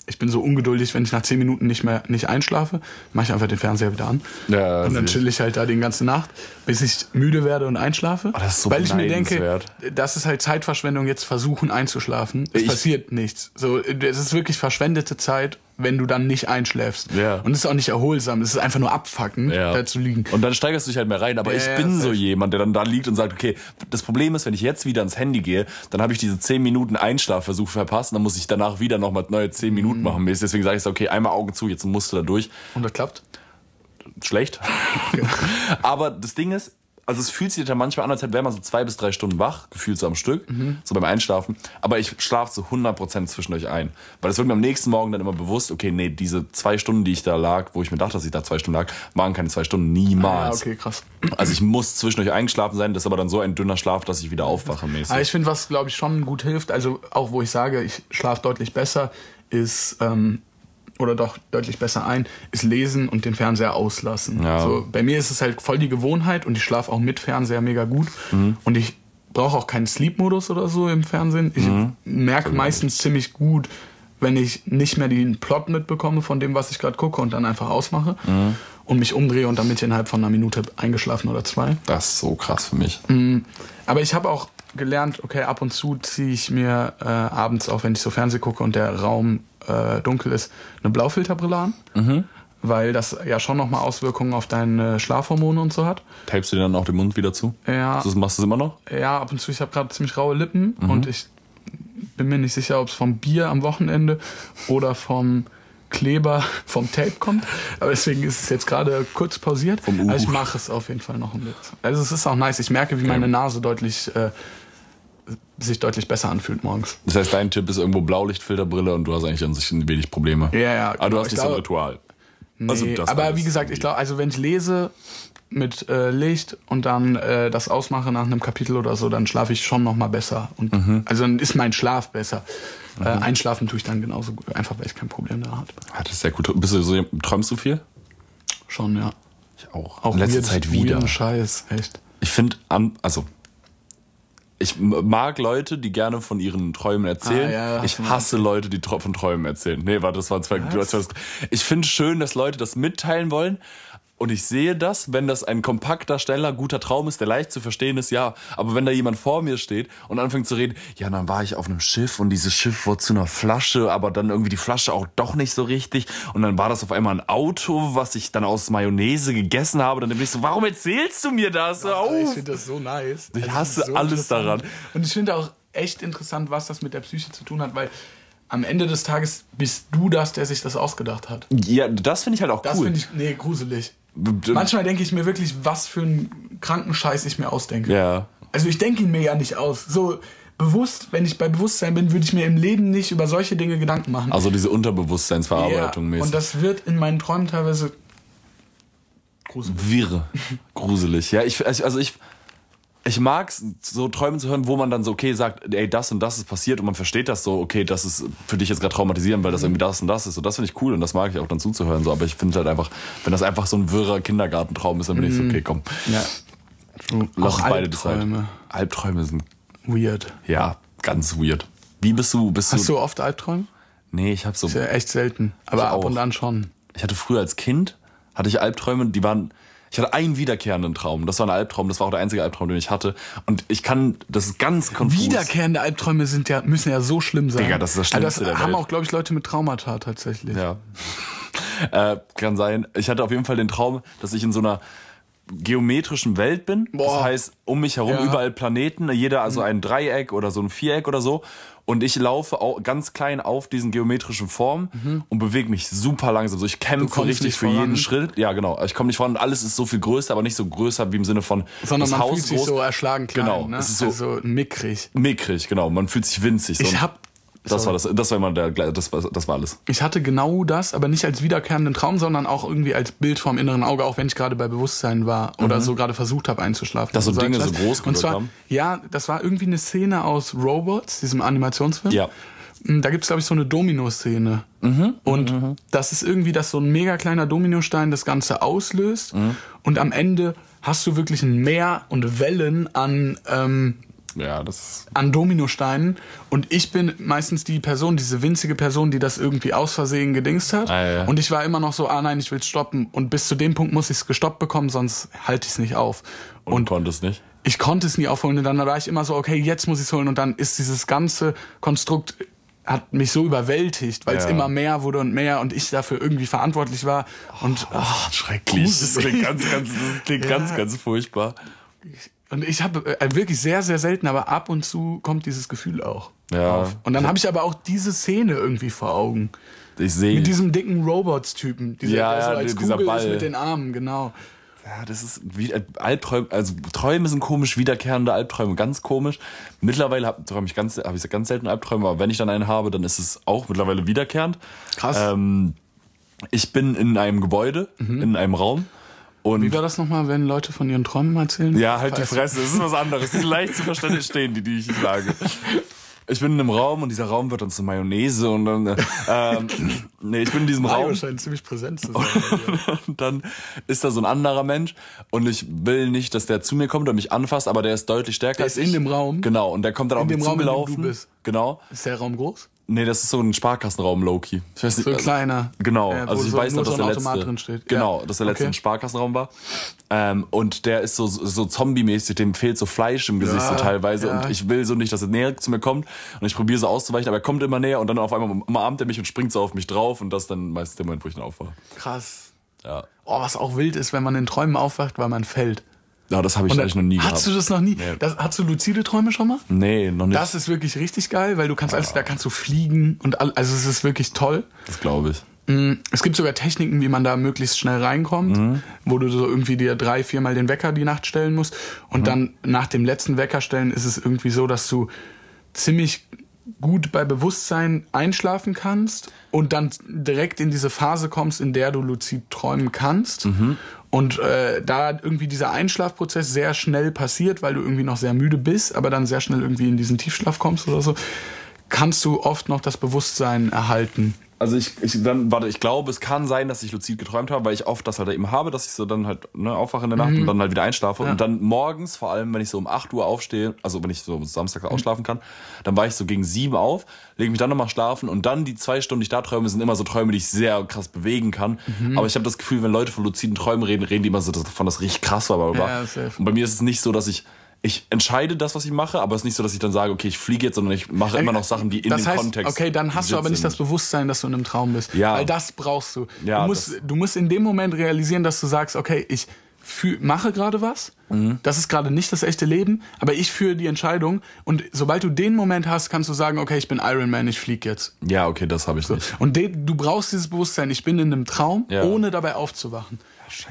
[SPEAKER 2] ich bin so ungeduldig, wenn ich nach zehn Minuten nicht mehr nicht einschlafe, mache ich einfach den Fernseher wieder an.
[SPEAKER 1] Ja,
[SPEAKER 2] und dann
[SPEAKER 1] sehe ich.
[SPEAKER 2] chill ich halt da die ganze Nacht, bis ich müde werde und einschlafe.
[SPEAKER 1] Oh, das ist so
[SPEAKER 2] weil ich mir denke,
[SPEAKER 1] beneidenswert.
[SPEAKER 2] das ist halt Zeitverschwendung, jetzt versuchen einzuschlafen. Es
[SPEAKER 1] Ich-
[SPEAKER 2] passiert nichts. So, es ist wirklich verschwendete Zeit, wenn du dann nicht einschläfst.
[SPEAKER 1] Ja.
[SPEAKER 2] Und es ist auch nicht erholsam, es ist einfach nur abfacken, da zu liegen.
[SPEAKER 1] Und dann steigerst du dich halt mehr rein. Aber
[SPEAKER 2] Ja,
[SPEAKER 1] ich
[SPEAKER 2] ja,
[SPEAKER 1] bin so
[SPEAKER 2] safe.
[SPEAKER 1] jemand, der dann da liegt und sagt, okay, das Problem ist, wenn ich jetzt wieder ans Handy gehe, dann habe ich diese 10 Minuten Einschlafversuch verpasst und dann muss ich danach wieder nochmal neue 10
[SPEAKER 2] Mhm.
[SPEAKER 1] Minuten machen. Mist. Deswegen sage ich so, okay, einmal Augen zu, jetzt musst du da durch.
[SPEAKER 2] Und das klappt?
[SPEAKER 1] Schlecht. Aber das Ding ist, also es fühlt sich dann manchmal an, als wäre man so zwei bis drei Stunden wach, gefühlt so am Stück,
[SPEAKER 2] Mhm.
[SPEAKER 1] so beim Einschlafen. Aber ich schlafe zu 100% zwischendurch ein. Weil es wird mir am nächsten Morgen dann immer bewusst, okay, nee, diese zwei Stunden, die ich da lag, wo ich mir dachte, dass ich da zwei Stunden lag, waren keine zwei Stunden,
[SPEAKER 2] Ah,
[SPEAKER 1] niemals.
[SPEAKER 2] okay, krass.
[SPEAKER 1] Also ich muss zwischendurch eingeschlafen sein, das ist aber dann so ein dünner Schlaf, dass ich wieder aufwache
[SPEAKER 2] Aber
[SPEAKER 1] mäßig.
[SPEAKER 2] Ah, ich finde, was glaube ich schon gut hilft, also auch wo ich sage, ich schlafe deutlich besser, ist ähm, oder doch deutlich besser ein, ist lesen und den Fernseher auslassen.
[SPEAKER 1] Ja.
[SPEAKER 2] So, bei mir ist es halt voll die Gewohnheit und ich schlafe auch mit Fernseher mega gut und ich brauche auch keinen Sleep-Modus oder so im Fernsehen. Ich merke meistens ziemlich gut, wenn ich nicht mehr den Plot mitbekomme von dem, was ich gerade gucke und dann einfach ausmache und mich umdrehe und dann bin ich innerhalb von einer Minute eingeschlafen oder zwei.
[SPEAKER 1] Das ist so krass für mich.
[SPEAKER 2] Mhm. Aber ich habe auch gelernt, okay, ab und zu ziehe ich mir äh, abends, auch wenn ich so Fernseh gucke und der Raum äh, dunkel ist, eine Blaufilterbrille an. weil das ja schon nochmal Auswirkungen auf deine Schlafhormone und so hat.
[SPEAKER 1] Tapest du dir dann auch den Mund wieder zu?
[SPEAKER 2] Ja.
[SPEAKER 1] Das, machst du das immer noch?
[SPEAKER 2] Ja, ab und zu, ich habe gerade ziemlich raue Lippen
[SPEAKER 1] Mhm.
[SPEAKER 2] und ich bin mir nicht sicher, ob es vom Bier am Wochenende oder vom Kleber, vom Tape kommt. Aber deswegen ist es jetzt gerade kurz pausiert.
[SPEAKER 1] Vom Uhu.
[SPEAKER 2] Aber ich mache es auf jeden Fall noch ein bisschen. Also es ist auch nice. Ich merke, wie meine Nase deutlich äh, sich deutlich besser anfühlt morgens.
[SPEAKER 1] Das heißt, dein Tipp ist irgendwo Blaulichtfilterbrille und du hast eigentlich an sich wenig Probleme.
[SPEAKER 2] Ja, ja,
[SPEAKER 1] Aber Ah, du
[SPEAKER 2] genau.
[SPEAKER 1] hast
[SPEAKER 2] Ich
[SPEAKER 1] nicht so ein
[SPEAKER 2] glaube-
[SPEAKER 1] Ritual. Also
[SPEAKER 2] Nee, aber
[SPEAKER 1] alles
[SPEAKER 2] wie gesagt, ich
[SPEAKER 1] irgendwie.
[SPEAKER 2] glaube, also wenn ich lese mit äh, Licht und dann äh, das ausmache nach einem Kapitel oder so, dann schlafe ich schon noch mal besser. Und,
[SPEAKER 1] Mhm.
[SPEAKER 2] Also dann ist mein Schlaf besser. Äh, einschlafen tue ich dann genauso gut, einfach weil ich kein Problem da habe.
[SPEAKER 1] Ah, das ist sehr gut. Bist du so, träumst du viel?
[SPEAKER 2] Schon, ja.
[SPEAKER 1] Ich auch.
[SPEAKER 2] Auch
[SPEAKER 1] In letzter
[SPEAKER 2] weird-
[SPEAKER 1] Zeit wieder.
[SPEAKER 2] weirden Scheiß, echt.
[SPEAKER 1] Ich finde, an- also ich m- mag Leute, die gerne von ihren Träumen erzählen.
[SPEAKER 2] Ah, ja,
[SPEAKER 1] ich
[SPEAKER 2] hast du mal
[SPEAKER 1] hasse Leute, die tro- von Träumen erzählen. Nee, warte, das war zwei. du hast was- Ich finde schön, dass Leute das mitteilen wollen. Und ich sehe das, wenn das ein kompakter, schneller, guter Traum ist, der leicht zu verstehen ist, ja. Aber wenn da jemand vor mir steht und anfängt zu reden, ja, dann war ich auf einem Schiff und dieses Schiff wurde zu einer Flasche, aber dann irgendwie die Flasche auch doch nicht so richtig. Und dann war das auf einmal ein Auto, was ich dann aus Mayonnaise gegessen habe. Dann bin ich so, warum erzählst du mir das? Hör
[SPEAKER 2] Aber Ich
[SPEAKER 1] auf!
[SPEAKER 2] finde das so nice.
[SPEAKER 1] Ich
[SPEAKER 2] Also,
[SPEAKER 1] hasse
[SPEAKER 2] das ist
[SPEAKER 1] alles
[SPEAKER 2] interessant.
[SPEAKER 1] daran.
[SPEAKER 2] Und ich finde auch echt interessant, was das mit der Psyche zu tun hat, weil am Ende des Tages bist du das, der sich das ausgedacht hat.
[SPEAKER 1] Ja, das finde ich halt auch
[SPEAKER 2] Das
[SPEAKER 1] cool.
[SPEAKER 2] finde ich, nee, gruselig.
[SPEAKER 1] B-
[SPEAKER 2] Manchmal denke ich mir wirklich, was für einen kranken Scheiß ich mir ausdenke.
[SPEAKER 1] Ja.
[SPEAKER 2] Also ich denke ihn mir ja nicht aus. So bewusst, wenn ich bei Bewusstsein bin, würde ich mir im Leben nicht über solche Dinge Gedanken machen.
[SPEAKER 1] Also diese Unterbewusstseinsverarbeitung
[SPEAKER 2] ja,
[SPEAKER 1] mäßig.
[SPEAKER 2] und das wird in meinen Träumen teilweise gruselig.
[SPEAKER 1] Wirre. Gruselig. Ja, ich, also also ich, ich mag es, so Träume zu hören, wo man dann so, okay, sagt, ey, das und das ist passiert und man versteht das so, okay, das ist für dich jetzt gerade traumatisierend, weil das irgendwie das und das ist. Und das finde ich cool und das mag ich auch dann zuzuhören. So. Aber ich finde halt einfach, wenn das einfach so ein wirrer Kindergartentraum ist, dann bin ich so, okay, komm,
[SPEAKER 2] Ja.
[SPEAKER 1] lass
[SPEAKER 2] Mhm. Auch
[SPEAKER 1] uns beide das halt.
[SPEAKER 2] Albträume.
[SPEAKER 1] Albträume sind,
[SPEAKER 2] Weird.
[SPEAKER 1] ja, ganz weird. Wie bist du, bist
[SPEAKER 2] Hast
[SPEAKER 1] du...
[SPEAKER 2] du oft Albträume?
[SPEAKER 1] Nee, ich habe so...
[SPEAKER 2] Ist ja echt selten. Aber
[SPEAKER 1] Ich
[SPEAKER 2] ab
[SPEAKER 1] auch.
[SPEAKER 2] und an schon.
[SPEAKER 1] Ich hatte früher als Kind, hatte ich Albträume, die waren, ich hatte einen wiederkehrenden Traum. Das war ein Albtraum, das war auch der einzige Albtraum, den ich hatte. Und ich kann, das ist ganz konfus.
[SPEAKER 2] Wiederkehrende Albträume sind ja, müssen ja so schlimm sein.
[SPEAKER 1] Digga, das ist das
[SPEAKER 2] Also
[SPEAKER 1] Schlimmste der
[SPEAKER 2] haben
[SPEAKER 1] Welt.
[SPEAKER 2] auch, glaube ich, Leute mit Traumata tatsächlich.
[SPEAKER 1] Ja. äh, kann sein. Ich hatte auf jeden Fall den Traum, dass ich in so einer geometrischen Welt bin. Das
[SPEAKER 2] Boah.
[SPEAKER 1] heißt, um mich herum
[SPEAKER 2] Ja. Mhm.
[SPEAKER 1] überall Planeten, jeder also ein Dreieck oder so ein Viereck oder so. Und ich laufe au- ganz klein auf diesen geometrischen Formen und bewege mich super langsam. So, ich kämpfe
[SPEAKER 2] Mhm. kommst
[SPEAKER 1] richtig
[SPEAKER 2] nicht
[SPEAKER 1] für
[SPEAKER 2] voran.
[SPEAKER 1] jeden Schritt. Ja, genau. Ich komme nicht voran. Alles ist so viel größer, aber nicht so größer wie im Sinne von
[SPEAKER 2] Sondern
[SPEAKER 1] das
[SPEAKER 2] man
[SPEAKER 1] Haus
[SPEAKER 2] fühlt sich
[SPEAKER 1] groß.
[SPEAKER 2] so erschlagen klein.
[SPEAKER 1] Genau,
[SPEAKER 2] Ne?
[SPEAKER 1] es ist so-
[SPEAKER 2] also mickrig.
[SPEAKER 1] mickrig, genau. Man fühlt sich winzig. So.
[SPEAKER 2] Ich hab,
[SPEAKER 1] das
[SPEAKER 2] sorry.
[SPEAKER 1] war das. Das war immer der. Das war, das war alles.
[SPEAKER 2] ich hatte genau das, aber nicht als wiederkehrenden Traum, sondern auch irgendwie als Bild vorm inneren Auge, auch wenn ich gerade bei Bewusstsein war oder so gerade versucht habe einzuschlafen.
[SPEAKER 1] Mhm. Dass so
[SPEAKER 2] Also
[SPEAKER 1] Dinge
[SPEAKER 2] als
[SPEAKER 1] so
[SPEAKER 2] das-
[SPEAKER 1] groß
[SPEAKER 2] Und
[SPEAKER 1] gewirkt
[SPEAKER 2] zwar,
[SPEAKER 1] haben?
[SPEAKER 2] ja, das war irgendwie eine Szene aus Robots, diesem Animationsfilm.
[SPEAKER 1] Ja. Mhm.
[SPEAKER 2] Mm, Da gibt's glaub glaube ich, so eine Domino-Szene. Und das ist irgendwie, dass so ein mega kleiner Dominostein das Ganze auslöst.
[SPEAKER 1] Mhm.
[SPEAKER 2] Und am Ende hast du wirklich ein Meer und Wellen an ähm,
[SPEAKER 1] Ja, das.
[SPEAKER 2] an Dominosteinen und ich bin meistens die Person, diese winzige Person, die das irgendwie aus Versehen gedingst hat.
[SPEAKER 1] Ah, ja.
[SPEAKER 2] Und ich war immer noch so, ah nein, ich will stoppen. Und bis zu dem Punkt muss ich es gestoppt bekommen, sonst halte ich es nicht auf.
[SPEAKER 1] Und, und konnte es nicht.
[SPEAKER 2] Ich konnte es nie aufholen und dann war ich immer so, okay, jetzt muss ich es holen. Und dann ist dieses ganze Konstrukt äh, hat mich so überwältigt, weil es
[SPEAKER 1] Ja.
[SPEAKER 2] immer mehr wurde und mehr und ich dafür irgendwie verantwortlich war. Und,
[SPEAKER 1] Ach, Oh, schrecklich. Das ist
[SPEAKER 2] Gruselig.
[SPEAKER 1] ganz, ganz, das klingt
[SPEAKER 2] Ja.
[SPEAKER 1] ganz, ganz furchtbar.
[SPEAKER 2] und ich habe äh, wirklich sehr, sehr selten, aber ab und zu kommt dieses Gefühl auch.
[SPEAKER 1] Ja.
[SPEAKER 2] Auf. Und dann habe ich aber auch diese Szene irgendwie vor Augen.
[SPEAKER 1] Ich sehe.
[SPEAKER 2] Mit diesem dicken Robots-Typen, dieser,
[SPEAKER 1] Ja,
[SPEAKER 2] der so
[SPEAKER 1] ja,
[SPEAKER 2] als
[SPEAKER 1] dieser
[SPEAKER 2] Kugel
[SPEAKER 1] Ball.
[SPEAKER 2] ist mit den Armen, genau.
[SPEAKER 1] Ja, das ist wie Albträume, also Träume sind komisch, wiederkehrende Albträume ganz komisch. Mittlerweile hab- träume ich ganz, habe ich ganz selten Albträume, aber wenn ich dann einen habe, dann ist es auch mittlerweile wiederkehrend.
[SPEAKER 2] Krass.
[SPEAKER 1] Ähm, ich bin in einem Gebäude, in einem Raum und
[SPEAKER 2] Mhm. Wie war das nochmal, wenn Leute von ihren Träumen erzählen?
[SPEAKER 1] Ja, halt die Fresse, das ist was anderes. Die leicht zu verständlich stehen, die, die ich sage. Ich bin in einem Raum und dieser Raum wird dann zu Mayonnaise und dann. äh, Ähm, nee, ich bin in diesem
[SPEAKER 2] Mario
[SPEAKER 1] Raum
[SPEAKER 2] scheint ziemlich präsent zu sein.
[SPEAKER 1] und dann ist da so ein anderer Mensch und ich will nicht, dass der zu mir kommt und mich anfasst, aber der ist deutlich stärker. Der
[SPEAKER 2] ist in dem Raum?
[SPEAKER 1] Genau, und der kommt dann auf
[SPEAKER 2] dem
[SPEAKER 1] mich
[SPEAKER 2] Raum, in dem
[SPEAKER 1] zugelaufen.
[SPEAKER 2] du bist?
[SPEAKER 1] Genau.
[SPEAKER 2] ist der Raum groß?
[SPEAKER 1] Nee, das ist so ein Sparkassenraum, Loki. Ich weiß nicht,
[SPEAKER 2] So ein
[SPEAKER 1] also-
[SPEAKER 2] kleiner.
[SPEAKER 1] Genau,
[SPEAKER 2] äh, wo
[SPEAKER 1] also ich
[SPEAKER 2] so
[SPEAKER 1] weiß noch,
[SPEAKER 2] nur
[SPEAKER 1] dass
[SPEAKER 2] so
[SPEAKER 1] der
[SPEAKER 2] ein
[SPEAKER 1] letzte,
[SPEAKER 2] Automat drin steht.
[SPEAKER 1] genau,
[SPEAKER 2] ja.
[SPEAKER 1] dass der letzte
[SPEAKER 2] okay.
[SPEAKER 1] im Sparkassenraum war. Ähm, und der ist so, so zombie-mäßig, dem fehlt so Fleisch im Gesicht so teilweise.
[SPEAKER 2] ja.
[SPEAKER 1] Und ich will so nicht, dass er näher zu mir kommt. Und ich probiere so auszuweichen, aber er kommt immer näher und dann auf einmal umarmt er mich und springt so auf mich drauf. Und das ist dann meistens der Moment, wo ich dann aufwache.
[SPEAKER 2] Krass.
[SPEAKER 1] Ja.
[SPEAKER 2] Oh, was auch wild ist, wenn man in Träumen aufwacht, weil man fällt.
[SPEAKER 1] Ja, das habe ich eigentlich noch nie gehabt.
[SPEAKER 2] Hast du das noch nie?
[SPEAKER 1] Nee.
[SPEAKER 2] Das, hast du luzide Träume schon mal?
[SPEAKER 1] Nee, noch nicht.
[SPEAKER 2] Das ist wirklich richtig geil, weil du kannst alles, da kannst du fliegen und all, also es ist wirklich toll.
[SPEAKER 1] das glaube ich.
[SPEAKER 2] Mm, Es gibt sogar Techniken, wie man da möglichst schnell reinkommt, wo du so irgendwie dir drei, viermal den Wecker die Nacht stellen musst. Und dann nach dem letzten Wecker stellen ist es irgendwie so, dass du ziemlich gut bei Bewusstsein einschlafen kannst und dann direkt in diese Phase kommst, in der du luzid träumen kannst. Und äh, da irgendwie dieser Einschlafprozess sehr schnell passiert, weil du irgendwie noch sehr müde bist, aber dann sehr schnell irgendwie in diesen Tiefschlaf kommst oder so, kannst du oft noch das Bewusstsein erhalten.
[SPEAKER 1] Also ich, ich dann warte, ich glaube, es kann sein, dass ich luzid geträumt habe, weil ich oft das halt eben habe, dass ich so dann halt ne, aufwache in der Nacht
[SPEAKER 2] Mhm.
[SPEAKER 1] und dann halt wieder einschlafe und dann morgens, vor allem wenn ich so um 8 Uhr aufstehe, also wenn ich so Samstag
[SPEAKER 2] Mhm.
[SPEAKER 1] ausschlafen kann, dann war ich so gegen 7 auf, lege mich dann nochmal schlafen und dann die zwei Stunden, die ich da träume, sind immer so Träume, die ich sehr krass bewegen kann.
[SPEAKER 2] Mhm.
[SPEAKER 1] Aber ich habe das Gefühl, wenn Leute von luziden Träumen reden, reden die immer so davon, dass es richtig krass war. Bla, bla, bla.
[SPEAKER 2] Ja, safe.
[SPEAKER 1] und bei mir ist es nicht so, dass ich ich entscheide das, was ich mache, aber es ist nicht so, dass ich dann sage, okay, ich fliege jetzt, sondern ich mache immer noch Sachen, die in
[SPEAKER 2] das
[SPEAKER 1] dem
[SPEAKER 2] heißt,
[SPEAKER 1] Kontext
[SPEAKER 2] Okay, dann hast du aber nicht
[SPEAKER 1] sind.
[SPEAKER 2] das Bewusstsein, dass du in einem Traum bist.
[SPEAKER 1] Ja.
[SPEAKER 2] Weil das brauchst du.
[SPEAKER 1] Ja,
[SPEAKER 2] du, musst, du musst in dem Moment realisieren, dass du sagst, okay, ich fühl, mache gerade was.
[SPEAKER 1] Mhm.
[SPEAKER 2] Das ist gerade nicht das echte Leben, aber ich führe die Entscheidung. Und sobald du den Moment hast, kannst du sagen, okay, ich bin Iron Man, ich flieg jetzt.
[SPEAKER 1] Ja, okay, das habe ich nicht.
[SPEAKER 2] Und de, du brauchst dieses Bewusstsein, ich bin in einem Traum,
[SPEAKER 1] Ja. Ah,
[SPEAKER 2] ohne dabei aufzuwachen.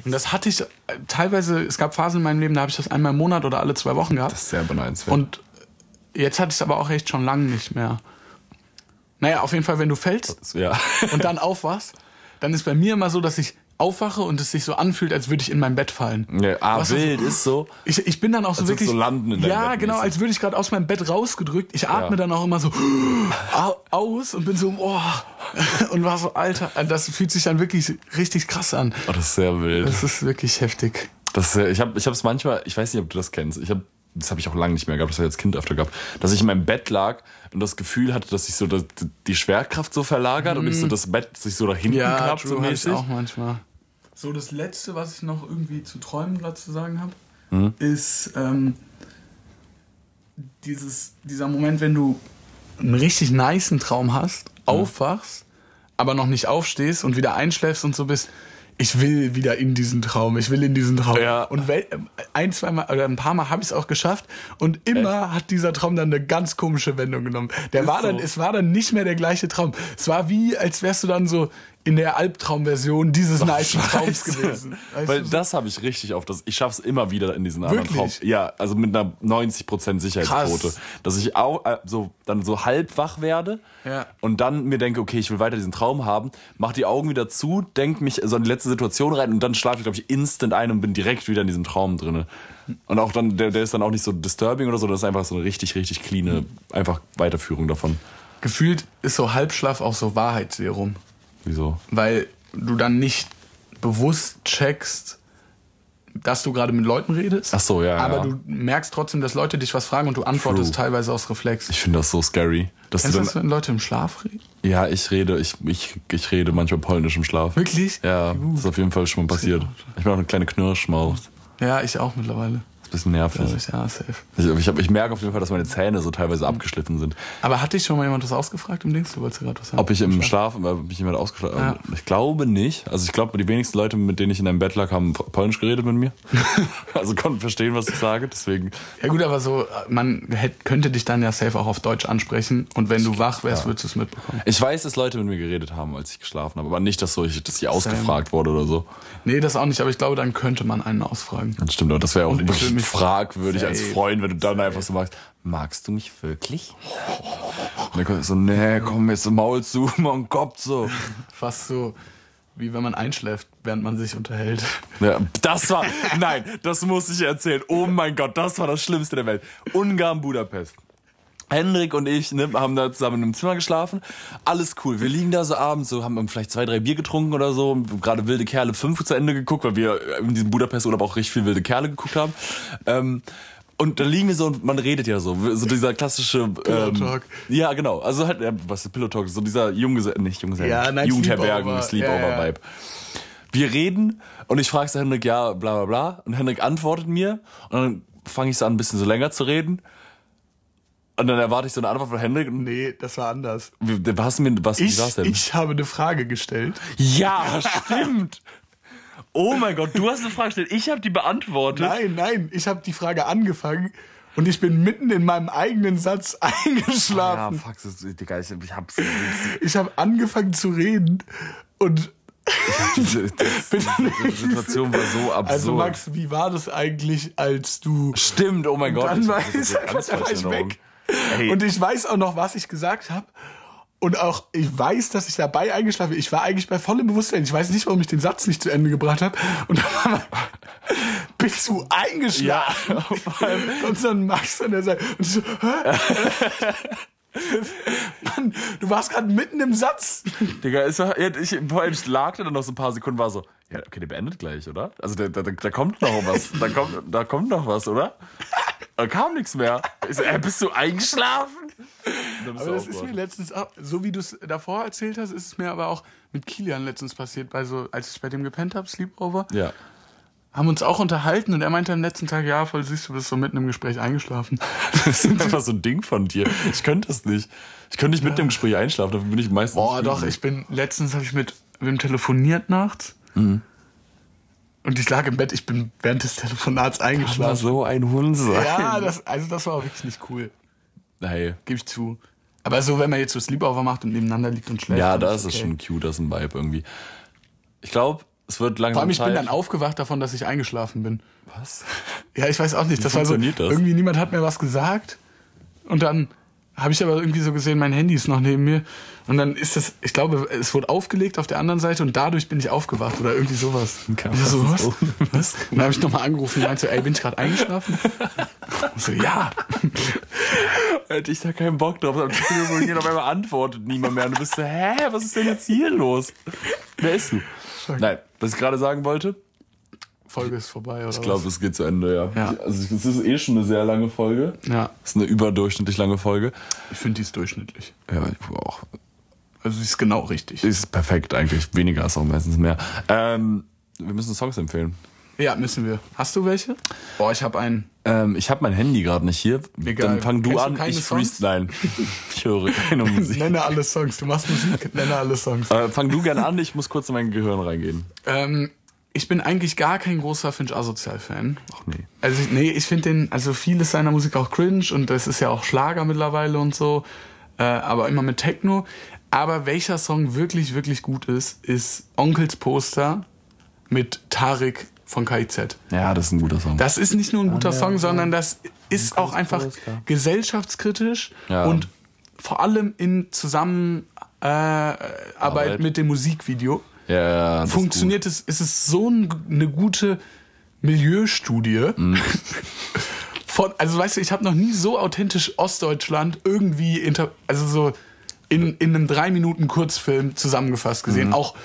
[SPEAKER 2] Und das hatte ich äh, teilweise, es gab Phasen in meinem Leben, da habe ich das einmal im Monat oder alle zwei Wochen gehabt.
[SPEAKER 1] Das ist sehr beneidenswert.
[SPEAKER 2] Und jetzt hatte ich es aber auch echt schon lange nicht mehr. Naja, auf jeden Fall, wenn du fällst
[SPEAKER 1] ja.
[SPEAKER 2] und dann aufwachst, dann ist bei mir immer so, dass ich aufwache und es sich so anfühlt, als würde ich in mein Bett fallen.
[SPEAKER 1] nee, ah,
[SPEAKER 2] Was ist-
[SPEAKER 1] wild ist so.
[SPEAKER 2] Ich, ich bin dann auch so
[SPEAKER 1] Als würdest
[SPEAKER 2] wirklich.
[SPEAKER 1] du landen in deinem
[SPEAKER 2] ja,
[SPEAKER 1] Bett
[SPEAKER 2] genau,
[SPEAKER 1] mäßig.
[SPEAKER 2] als würde ich gerade aus meinem Bett rausgedrückt. Ich atme
[SPEAKER 1] Ja.
[SPEAKER 2] dann auch immer so au- aus und bin so, oh, und war so, Alter, das fühlt sich dann wirklich richtig krass an.
[SPEAKER 1] Oh, das ist sehr wild.
[SPEAKER 2] Das ist wirklich heftig.
[SPEAKER 1] Das, ist sehr- ich habe ich hab's manchmal, ich weiß nicht, ob du das kennst. Ich hab, das habe ich auch lange nicht mehr gehabt, das habe ich als Kind öfter gehabt, dass ich in meinem Bett lag und das Gefühl hatte, dass sich so das, die Schwerkraft so verlagert und ich so das Bett sich so nach hinten
[SPEAKER 2] Mhm. Ja,
[SPEAKER 1] knappt so
[SPEAKER 2] true, hab ich
[SPEAKER 1] mäßig.
[SPEAKER 2] auch manchmal. So, das Letzte, was ich noch irgendwie zu träumen gerade zu sagen habe,
[SPEAKER 1] Hm?
[SPEAKER 2] ist ähm, dieses, dieser Moment, wenn du einen richtig nicen Traum hast, aufwachst, aber noch nicht aufstehst und wieder einschläfst und so bist, ich will wieder in diesen Traum, ich will in diesen Traum.
[SPEAKER 1] Ja.
[SPEAKER 2] Und wel- äh, ein, zweimal oder ein paar Mal habe ich es auch geschafft und immer hat dieser Traum dann eine ganz komische Wendung genommen. Der war dann,
[SPEAKER 1] so.
[SPEAKER 2] es war dann nicht mehr der gleiche Traum. Es war wie, als wärst du dann so in der Albtraum-Version dieses nice Traums
[SPEAKER 1] Scheiße.
[SPEAKER 2] gewesen. Weißt
[SPEAKER 1] Weil
[SPEAKER 2] du, so-
[SPEAKER 1] das habe ich richtig oft. Das, ich schaff's immer wieder in diesen anderen Traum.
[SPEAKER 2] Wirklich?
[SPEAKER 1] Ja, also mit einer 90% Sicherheitsquote.
[SPEAKER 2] Krass.
[SPEAKER 1] Dass ich au, äh, so, dann so halb wach werde
[SPEAKER 2] Ja.
[SPEAKER 1] und dann mir denke, okay, ich will weiter diesen Traum haben, mach die Augen wieder zu, denk mich so in die letzte Situation rein und dann schlafe ich, glaube ich, instant ein und bin direkt wieder in diesem Traum drinne. Und auch dann, der, der ist dann auch nicht so disturbing oder so, das ist einfach so eine richtig, richtig cleane, einfach Weiterführung davon.
[SPEAKER 2] Gefühlt ist so Halbschlaf auch so Wahrheitsserum.
[SPEAKER 1] Wieso?
[SPEAKER 2] weil du dann nicht bewusst checkst, dass du gerade mit Leuten redest.
[SPEAKER 1] Ach so, ja,
[SPEAKER 2] Aber
[SPEAKER 1] ja.
[SPEAKER 2] du merkst trotzdem, dass Leute dich was fragen und du antwortest
[SPEAKER 1] True.
[SPEAKER 2] teilweise aus Reflex.
[SPEAKER 1] Ich finde das so scary. Dass du
[SPEAKER 2] Kennst du
[SPEAKER 1] dann,
[SPEAKER 2] das, wenn Leute im Schlaf reden?
[SPEAKER 1] ja, ich rede, ich, ich, ich rede manchmal polnisch im Schlaf.
[SPEAKER 2] Wirklich?
[SPEAKER 1] Ja, das ist auf jeden Fall schon mal passiert. Ich bin auch eine kleine Knirschmaus. Das ist
[SPEAKER 2] Ja, ich auch mittlerweile.
[SPEAKER 1] ein bisschen nervig.
[SPEAKER 2] Also ich, ja, safe.
[SPEAKER 1] Ich, ich, hab, ich merke auf jeden Fall, dass meine Zähne so teilweise abgeschliffen sind.
[SPEAKER 2] Aber hat dich schon mal jemand das ausgefragt im Dings? Du wolltest ja gerade was sagen.
[SPEAKER 1] Ob ich im Schlaf, ob mich jemand ausgeschlafen
[SPEAKER 2] Ja.
[SPEAKER 1] ähm, Ich glaube nicht. Also ich glaube, die wenigsten Leute, mit denen ich in einem Bett lag, haben polnisch geredet mit mir. also konnten verstehen, was ich sage. Deswegen,
[SPEAKER 2] Ja gut, aber so, man hätte, könnte dich dann ja safe auch auf Deutsch ansprechen und wenn du wach wärst, würdest du es mitbekommen.
[SPEAKER 1] ich weiß, dass Leute mit mir geredet haben, als ich geschlafen habe. Aber nicht, dass, so ich, dass ich ausgefragt wurde oder so.
[SPEAKER 2] Nee, das auch nicht, aber ich glaube, dann könnte man einen ausfragen.
[SPEAKER 1] Das stimmt, aber das wäre auch
[SPEAKER 2] ich würde
[SPEAKER 1] wirklich
[SPEAKER 2] mich-
[SPEAKER 1] fragwürdig als
[SPEAKER 2] Safe,
[SPEAKER 1] Freund, wenn du dann einfach so magst. Magst du mich wirklich? Und dann kommst du so, nee, komm jetzt Maul zu, mein Kopf so.
[SPEAKER 2] Fast so, wie wenn man einschläft, während man sich unterhält.
[SPEAKER 1] Ja, das war, nein, das muss ich erzählen. Oh mein Gott, das war das Schlimmste der Welt. Ungarn, Budapest. Henrik und ich ne, haben da zusammen in einem Zimmer geschlafen. Alles cool. Wir liegen da so abends, so haben vielleicht zwei, drei Bier getrunken oder so. Gerade wilde Kerle fünf zu Ende geguckt, weil wir in diesem Budapest-Urlaub auch richtig viel wilde Kerle geguckt haben. Ähm, und da liegen wir so und man redet ja so. So dieser klassische. Ähm,
[SPEAKER 2] Talk.
[SPEAKER 1] Ja, genau. Also halt, äh, was ist Pillow Talk? So dieser Junggesellen, nicht Junggesellen,
[SPEAKER 2] Ja, nein,
[SPEAKER 1] Jugendherbergen,
[SPEAKER 2] Sleepover. Ja, ja.
[SPEAKER 1] Sleepover-Vibe wir reden und ich frage so Henrik, ja, bla bla bla. Und Henrik antwortet mir und dann fange ich so an, ein bisschen so länger zu reden. Und dann erwarte ich so eine Antwort von Henrik. Und
[SPEAKER 2] Nee, das war anders.
[SPEAKER 1] wie- was mir, was, wie
[SPEAKER 2] Ich,
[SPEAKER 1] war's denn?
[SPEAKER 2] ich habe eine Frage gestellt.
[SPEAKER 1] Ja, stimmt. Oh mein Gott, du hast eine Frage gestellt. Ich habe die beantwortet.
[SPEAKER 2] Nein, nein, ich habe die Frage angefangen und ich bin mitten in meinem eigenen Satz
[SPEAKER 1] Ja,
[SPEAKER 2] eingeschlafen.
[SPEAKER 1] fuck, das, Digga, ich, ich hab's.
[SPEAKER 2] Ich habe angefangen zu reden und
[SPEAKER 1] Diese,
[SPEAKER 2] bin dann
[SPEAKER 1] die Situation war so absurd.
[SPEAKER 2] Also Max, wie war das eigentlich, als du
[SPEAKER 1] Stimmt, oh mein Gott.
[SPEAKER 2] dann
[SPEAKER 1] ich-
[SPEAKER 2] war
[SPEAKER 1] das
[SPEAKER 2] ich,
[SPEAKER 1] ist
[SPEAKER 2] dann
[SPEAKER 1] ganz
[SPEAKER 2] war
[SPEAKER 1] falsch
[SPEAKER 2] ich
[SPEAKER 1] in Erinnerung.
[SPEAKER 2] weg.
[SPEAKER 1] Ey.
[SPEAKER 2] Und ich weiß auch noch, was ich gesagt habe. Und auch, ich weiß, dass ich dabei eingeschlafen bin. Ich war eigentlich bei vollem Bewusstsein. Ich weiß nicht, warum ich den Satz nicht zu Ende gebracht habe. Und dann war mein, bist du eingeschlafen? Ja, und dann Max an der Seite. Und ich so, hä? Mann, du warst gerade mitten im Satz.
[SPEAKER 1] Digga, es war, ja, ich, vor allem ich lag da dann noch so ein paar Sekunden, war so, ja, okay, der beendet gleich, oder? Also da, da, da kommt noch was, da kommt, da kommt noch was, oder? Da kam nichts mehr. Ich so, äh, bist du eingeschlafen? Und dann bist
[SPEAKER 2] Aber
[SPEAKER 1] du
[SPEAKER 2] das ist mir
[SPEAKER 1] aufgewacht.
[SPEAKER 2] letztens auch, so wie du es davor erzählt hast, ist es mir aber auch mit Kilian letztens passiert, bei so, als ich bei dem gepennt habe, Sleepover,
[SPEAKER 1] ja.
[SPEAKER 2] haben uns auch unterhalten und er meinte am letzten Tag, ja, voll süß, du bist so mitten im Gespräch eingeschlafen.
[SPEAKER 1] Das ist einfach so ein Ding von dir. Ich könnte das nicht. Ich könnte nicht mit dem Gespräch einschlafen, dafür bin ich meistens.
[SPEAKER 2] Boah, doch, ich bin, letztens habe ich mit wem telefoniert nachts.
[SPEAKER 1] Mhm.
[SPEAKER 2] Und ich lag im Bett, ich bin während des Telefonats
[SPEAKER 1] war
[SPEAKER 2] eingeschlafen.
[SPEAKER 1] so ein Hund sein.
[SPEAKER 2] Ja, das, also das war auch wirklich nicht cool,
[SPEAKER 1] Hey.
[SPEAKER 2] gebe ich zu. Aber so, wenn man jetzt so Sleepover macht und nebeneinander liegt und schläft.
[SPEAKER 1] Ja,
[SPEAKER 2] dann
[SPEAKER 1] das ist
[SPEAKER 2] okay.
[SPEAKER 1] schon cute, das ist ein Vibe irgendwie. Ich glaube, es wird langsam
[SPEAKER 2] Vor allem, ich
[SPEAKER 1] Zeit.
[SPEAKER 2] bin dann aufgewacht davon, dass ich eingeschlafen bin.
[SPEAKER 1] Was?
[SPEAKER 2] Ja, ich weiß auch nicht. Das
[SPEAKER 1] Wie
[SPEAKER 2] war so,
[SPEAKER 1] funktioniert das?
[SPEAKER 2] irgendwie niemand hat mir was gesagt. Und dann habe ich aber irgendwie so gesehen, mein Handy ist noch neben mir. Und dann ist das, ich glaube, es wurde aufgelegt auf der anderen Seite und dadurch bin ich aufgewacht oder irgendwie sowas.
[SPEAKER 1] Kann
[SPEAKER 2] Ich so,
[SPEAKER 1] man
[SPEAKER 2] was?
[SPEAKER 1] so-
[SPEAKER 2] was? Und dann habe ich nochmal angerufen und meinte so, ey, bin ich gerade eingeschlafen? Und so, ja.
[SPEAKER 1] Hätte ich da keinen Bock drauf. Am Telefonieren auf einmal antwortet niemand mehr. Und du bist so, hä, was ist denn jetzt hier los? Wer ist du? Nein, was ich gerade sagen wollte,
[SPEAKER 2] Folge ist vorbei, oder?
[SPEAKER 1] ich glaube, es geht zu Ende, ja.
[SPEAKER 2] Ja.
[SPEAKER 1] Also es ist eh schon eine sehr lange Folge.
[SPEAKER 2] Ja,
[SPEAKER 1] Es ist eine überdurchschnittlich lange Folge.
[SPEAKER 2] ich finde, die ist durchschnittlich.
[SPEAKER 1] Ja, ich auch.
[SPEAKER 2] Also, die ist genau richtig.
[SPEAKER 1] Ist perfekt eigentlich. Weniger ist auch meistens mehr. Ähm, wir müssen Songs empfehlen.
[SPEAKER 2] Ja, müssen wir. Hast du welche? Boah, ich habe einen.
[SPEAKER 1] Ähm, ich habe mein Handy gerade nicht hier.
[SPEAKER 2] Egal.
[SPEAKER 1] Dann fang du
[SPEAKER 2] Kennst du
[SPEAKER 1] an,
[SPEAKER 2] keine
[SPEAKER 1] ich
[SPEAKER 2] Songs?
[SPEAKER 1] freestyle. Ich höre keine Musik.
[SPEAKER 2] Nenne alle Songs. Du machst Musik, nenne alle Songs.
[SPEAKER 1] Äh, fang du gern an, ich muss kurz in mein Gehirn reingehen.
[SPEAKER 2] Ähm, ich bin eigentlich gar kein großer Finch Asozial-Fan.
[SPEAKER 1] Ach nee.
[SPEAKER 2] Also ich- nee, ich finde den, also vieles seiner Musik auch cringe und das ist ja auch Schlager mittlerweile und so, äh, aber immer mit Techno. Aber welcher Song wirklich, wirklich gut ist, ist Onkels Poster mit Tarik von KIZ.
[SPEAKER 1] Ja, das ist ein guter Song.
[SPEAKER 2] Das ist nicht nur ein guter
[SPEAKER 1] Ah, ja,
[SPEAKER 2] Song,
[SPEAKER 1] ja.
[SPEAKER 2] sondern das ist auch einfach
[SPEAKER 1] Poster.
[SPEAKER 2] gesellschaftskritisch
[SPEAKER 1] Ja.
[SPEAKER 2] und vor allem in Zusammenarbeit äh, Arbeit mit dem Musikvideo
[SPEAKER 1] ja, das ist gut.
[SPEAKER 2] funktioniert es, es ist so ein, eine gute Milieustudie.
[SPEAKER 1] Mhm.
[SPEAKER 2] Von, also weißt du, ich habe noch nie so authentisch Ostdeutschland irgendwie inter, also so in, in einem drei Minuten Kurzfilm zusammengefasst gesehen. Auch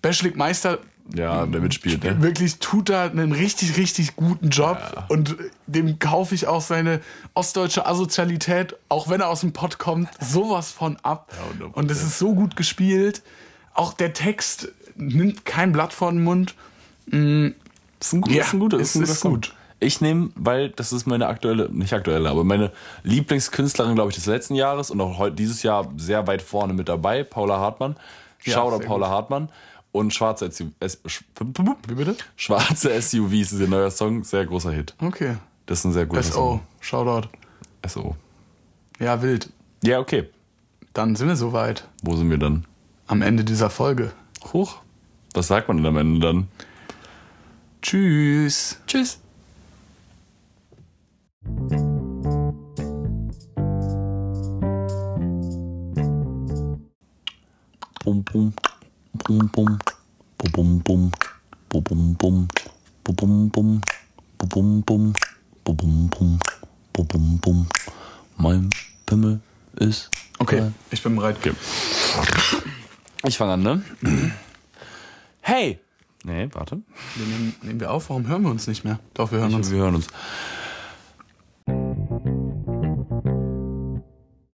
[SPEAKER 2] Beschlik Meister
[SPEAKER 1] Mhm. Ja, der mitspielt, ne?
[SPEAKER 2] wirklich tut da einen richtig, richtig guten Job und dem kaufe ich auch seine ostdeutsche Asozialität, auch wenn er aus dem Pott kommt, sowas von ab.
[SPEAKER 1] wunderbar.
[SPEAKER 2] und es ist so gut gespielt. Auch der Text nimmt kein Blatt vor den Mund.
[SPEAKER 1] Ist ein, gut,
[SPEAKER 2] Ja,
[SPEAKER 1] ist ein guter,
[SPEAKER 2] ist-
[SPEAKER 1] ein guter
[SPEAKER 2] ist
[SPEAKER 1] Song.
[SPEAKER 2] gut.
[SPEAKER 1] Ich nehme, weil das ist meine aktuelle, nicht aktuelle, aber meine Lieblingskünstlerin, glaube ich, des letzten Jahres und auch heute dieses Jahr sehr weit vorne mit dabei, Paula Hartmann.
[SPEAKER 2] Ja,
[SPEAKER 1] Shoutout
[SPEAKER 2] sehr
[SPEAKER 1] Paula Hartmann. Und Schwarze, SU S Sch-
[SPEAKER 2] Wie bitte?
[SPEAKER 1] Schwarze SUVs ist ihr neuer Song, sehr großer Hit.
[SPEAKER 2] Okay.
[SPEAKER 1] Das ist ein sehr guter
[SPEAKER 2] SO,
[SPEAKER 1] Song.
[SPEAKER 2] Shoutout.
[SPEAKER 1] SO.
[SPEAKER 2] Ja, wild.
[SPEAKER 1] Ja, okay.
[SPEAKER 2] Dann sind wir soweit
[SPEAKER 1] Wo sind wir dann?
[SPEAKER 2] am Ende dieser Folge.
[SPEAKER 1] Hoch. Was sagt man denn am Ende dann?
[SPEAKER 2] Tschüss.
[SPEAKER 1] Tschüss. Bum bum bum bum bum bum bum bum bum bum bum bum bum bum bum bum bum Mein Pimmel ist
[SPEAKER 2] Okay, ich bin bereit.
[SPEAKER 1] Ich fange an, ne? Hey. Nee, warte.
[SPEAKER 2] Wir nehmen, nehmen wir auf, warum hören wir uns nicht mehr? Doch, wir hören uns.
[SPEAKER 1] Wir hören uns.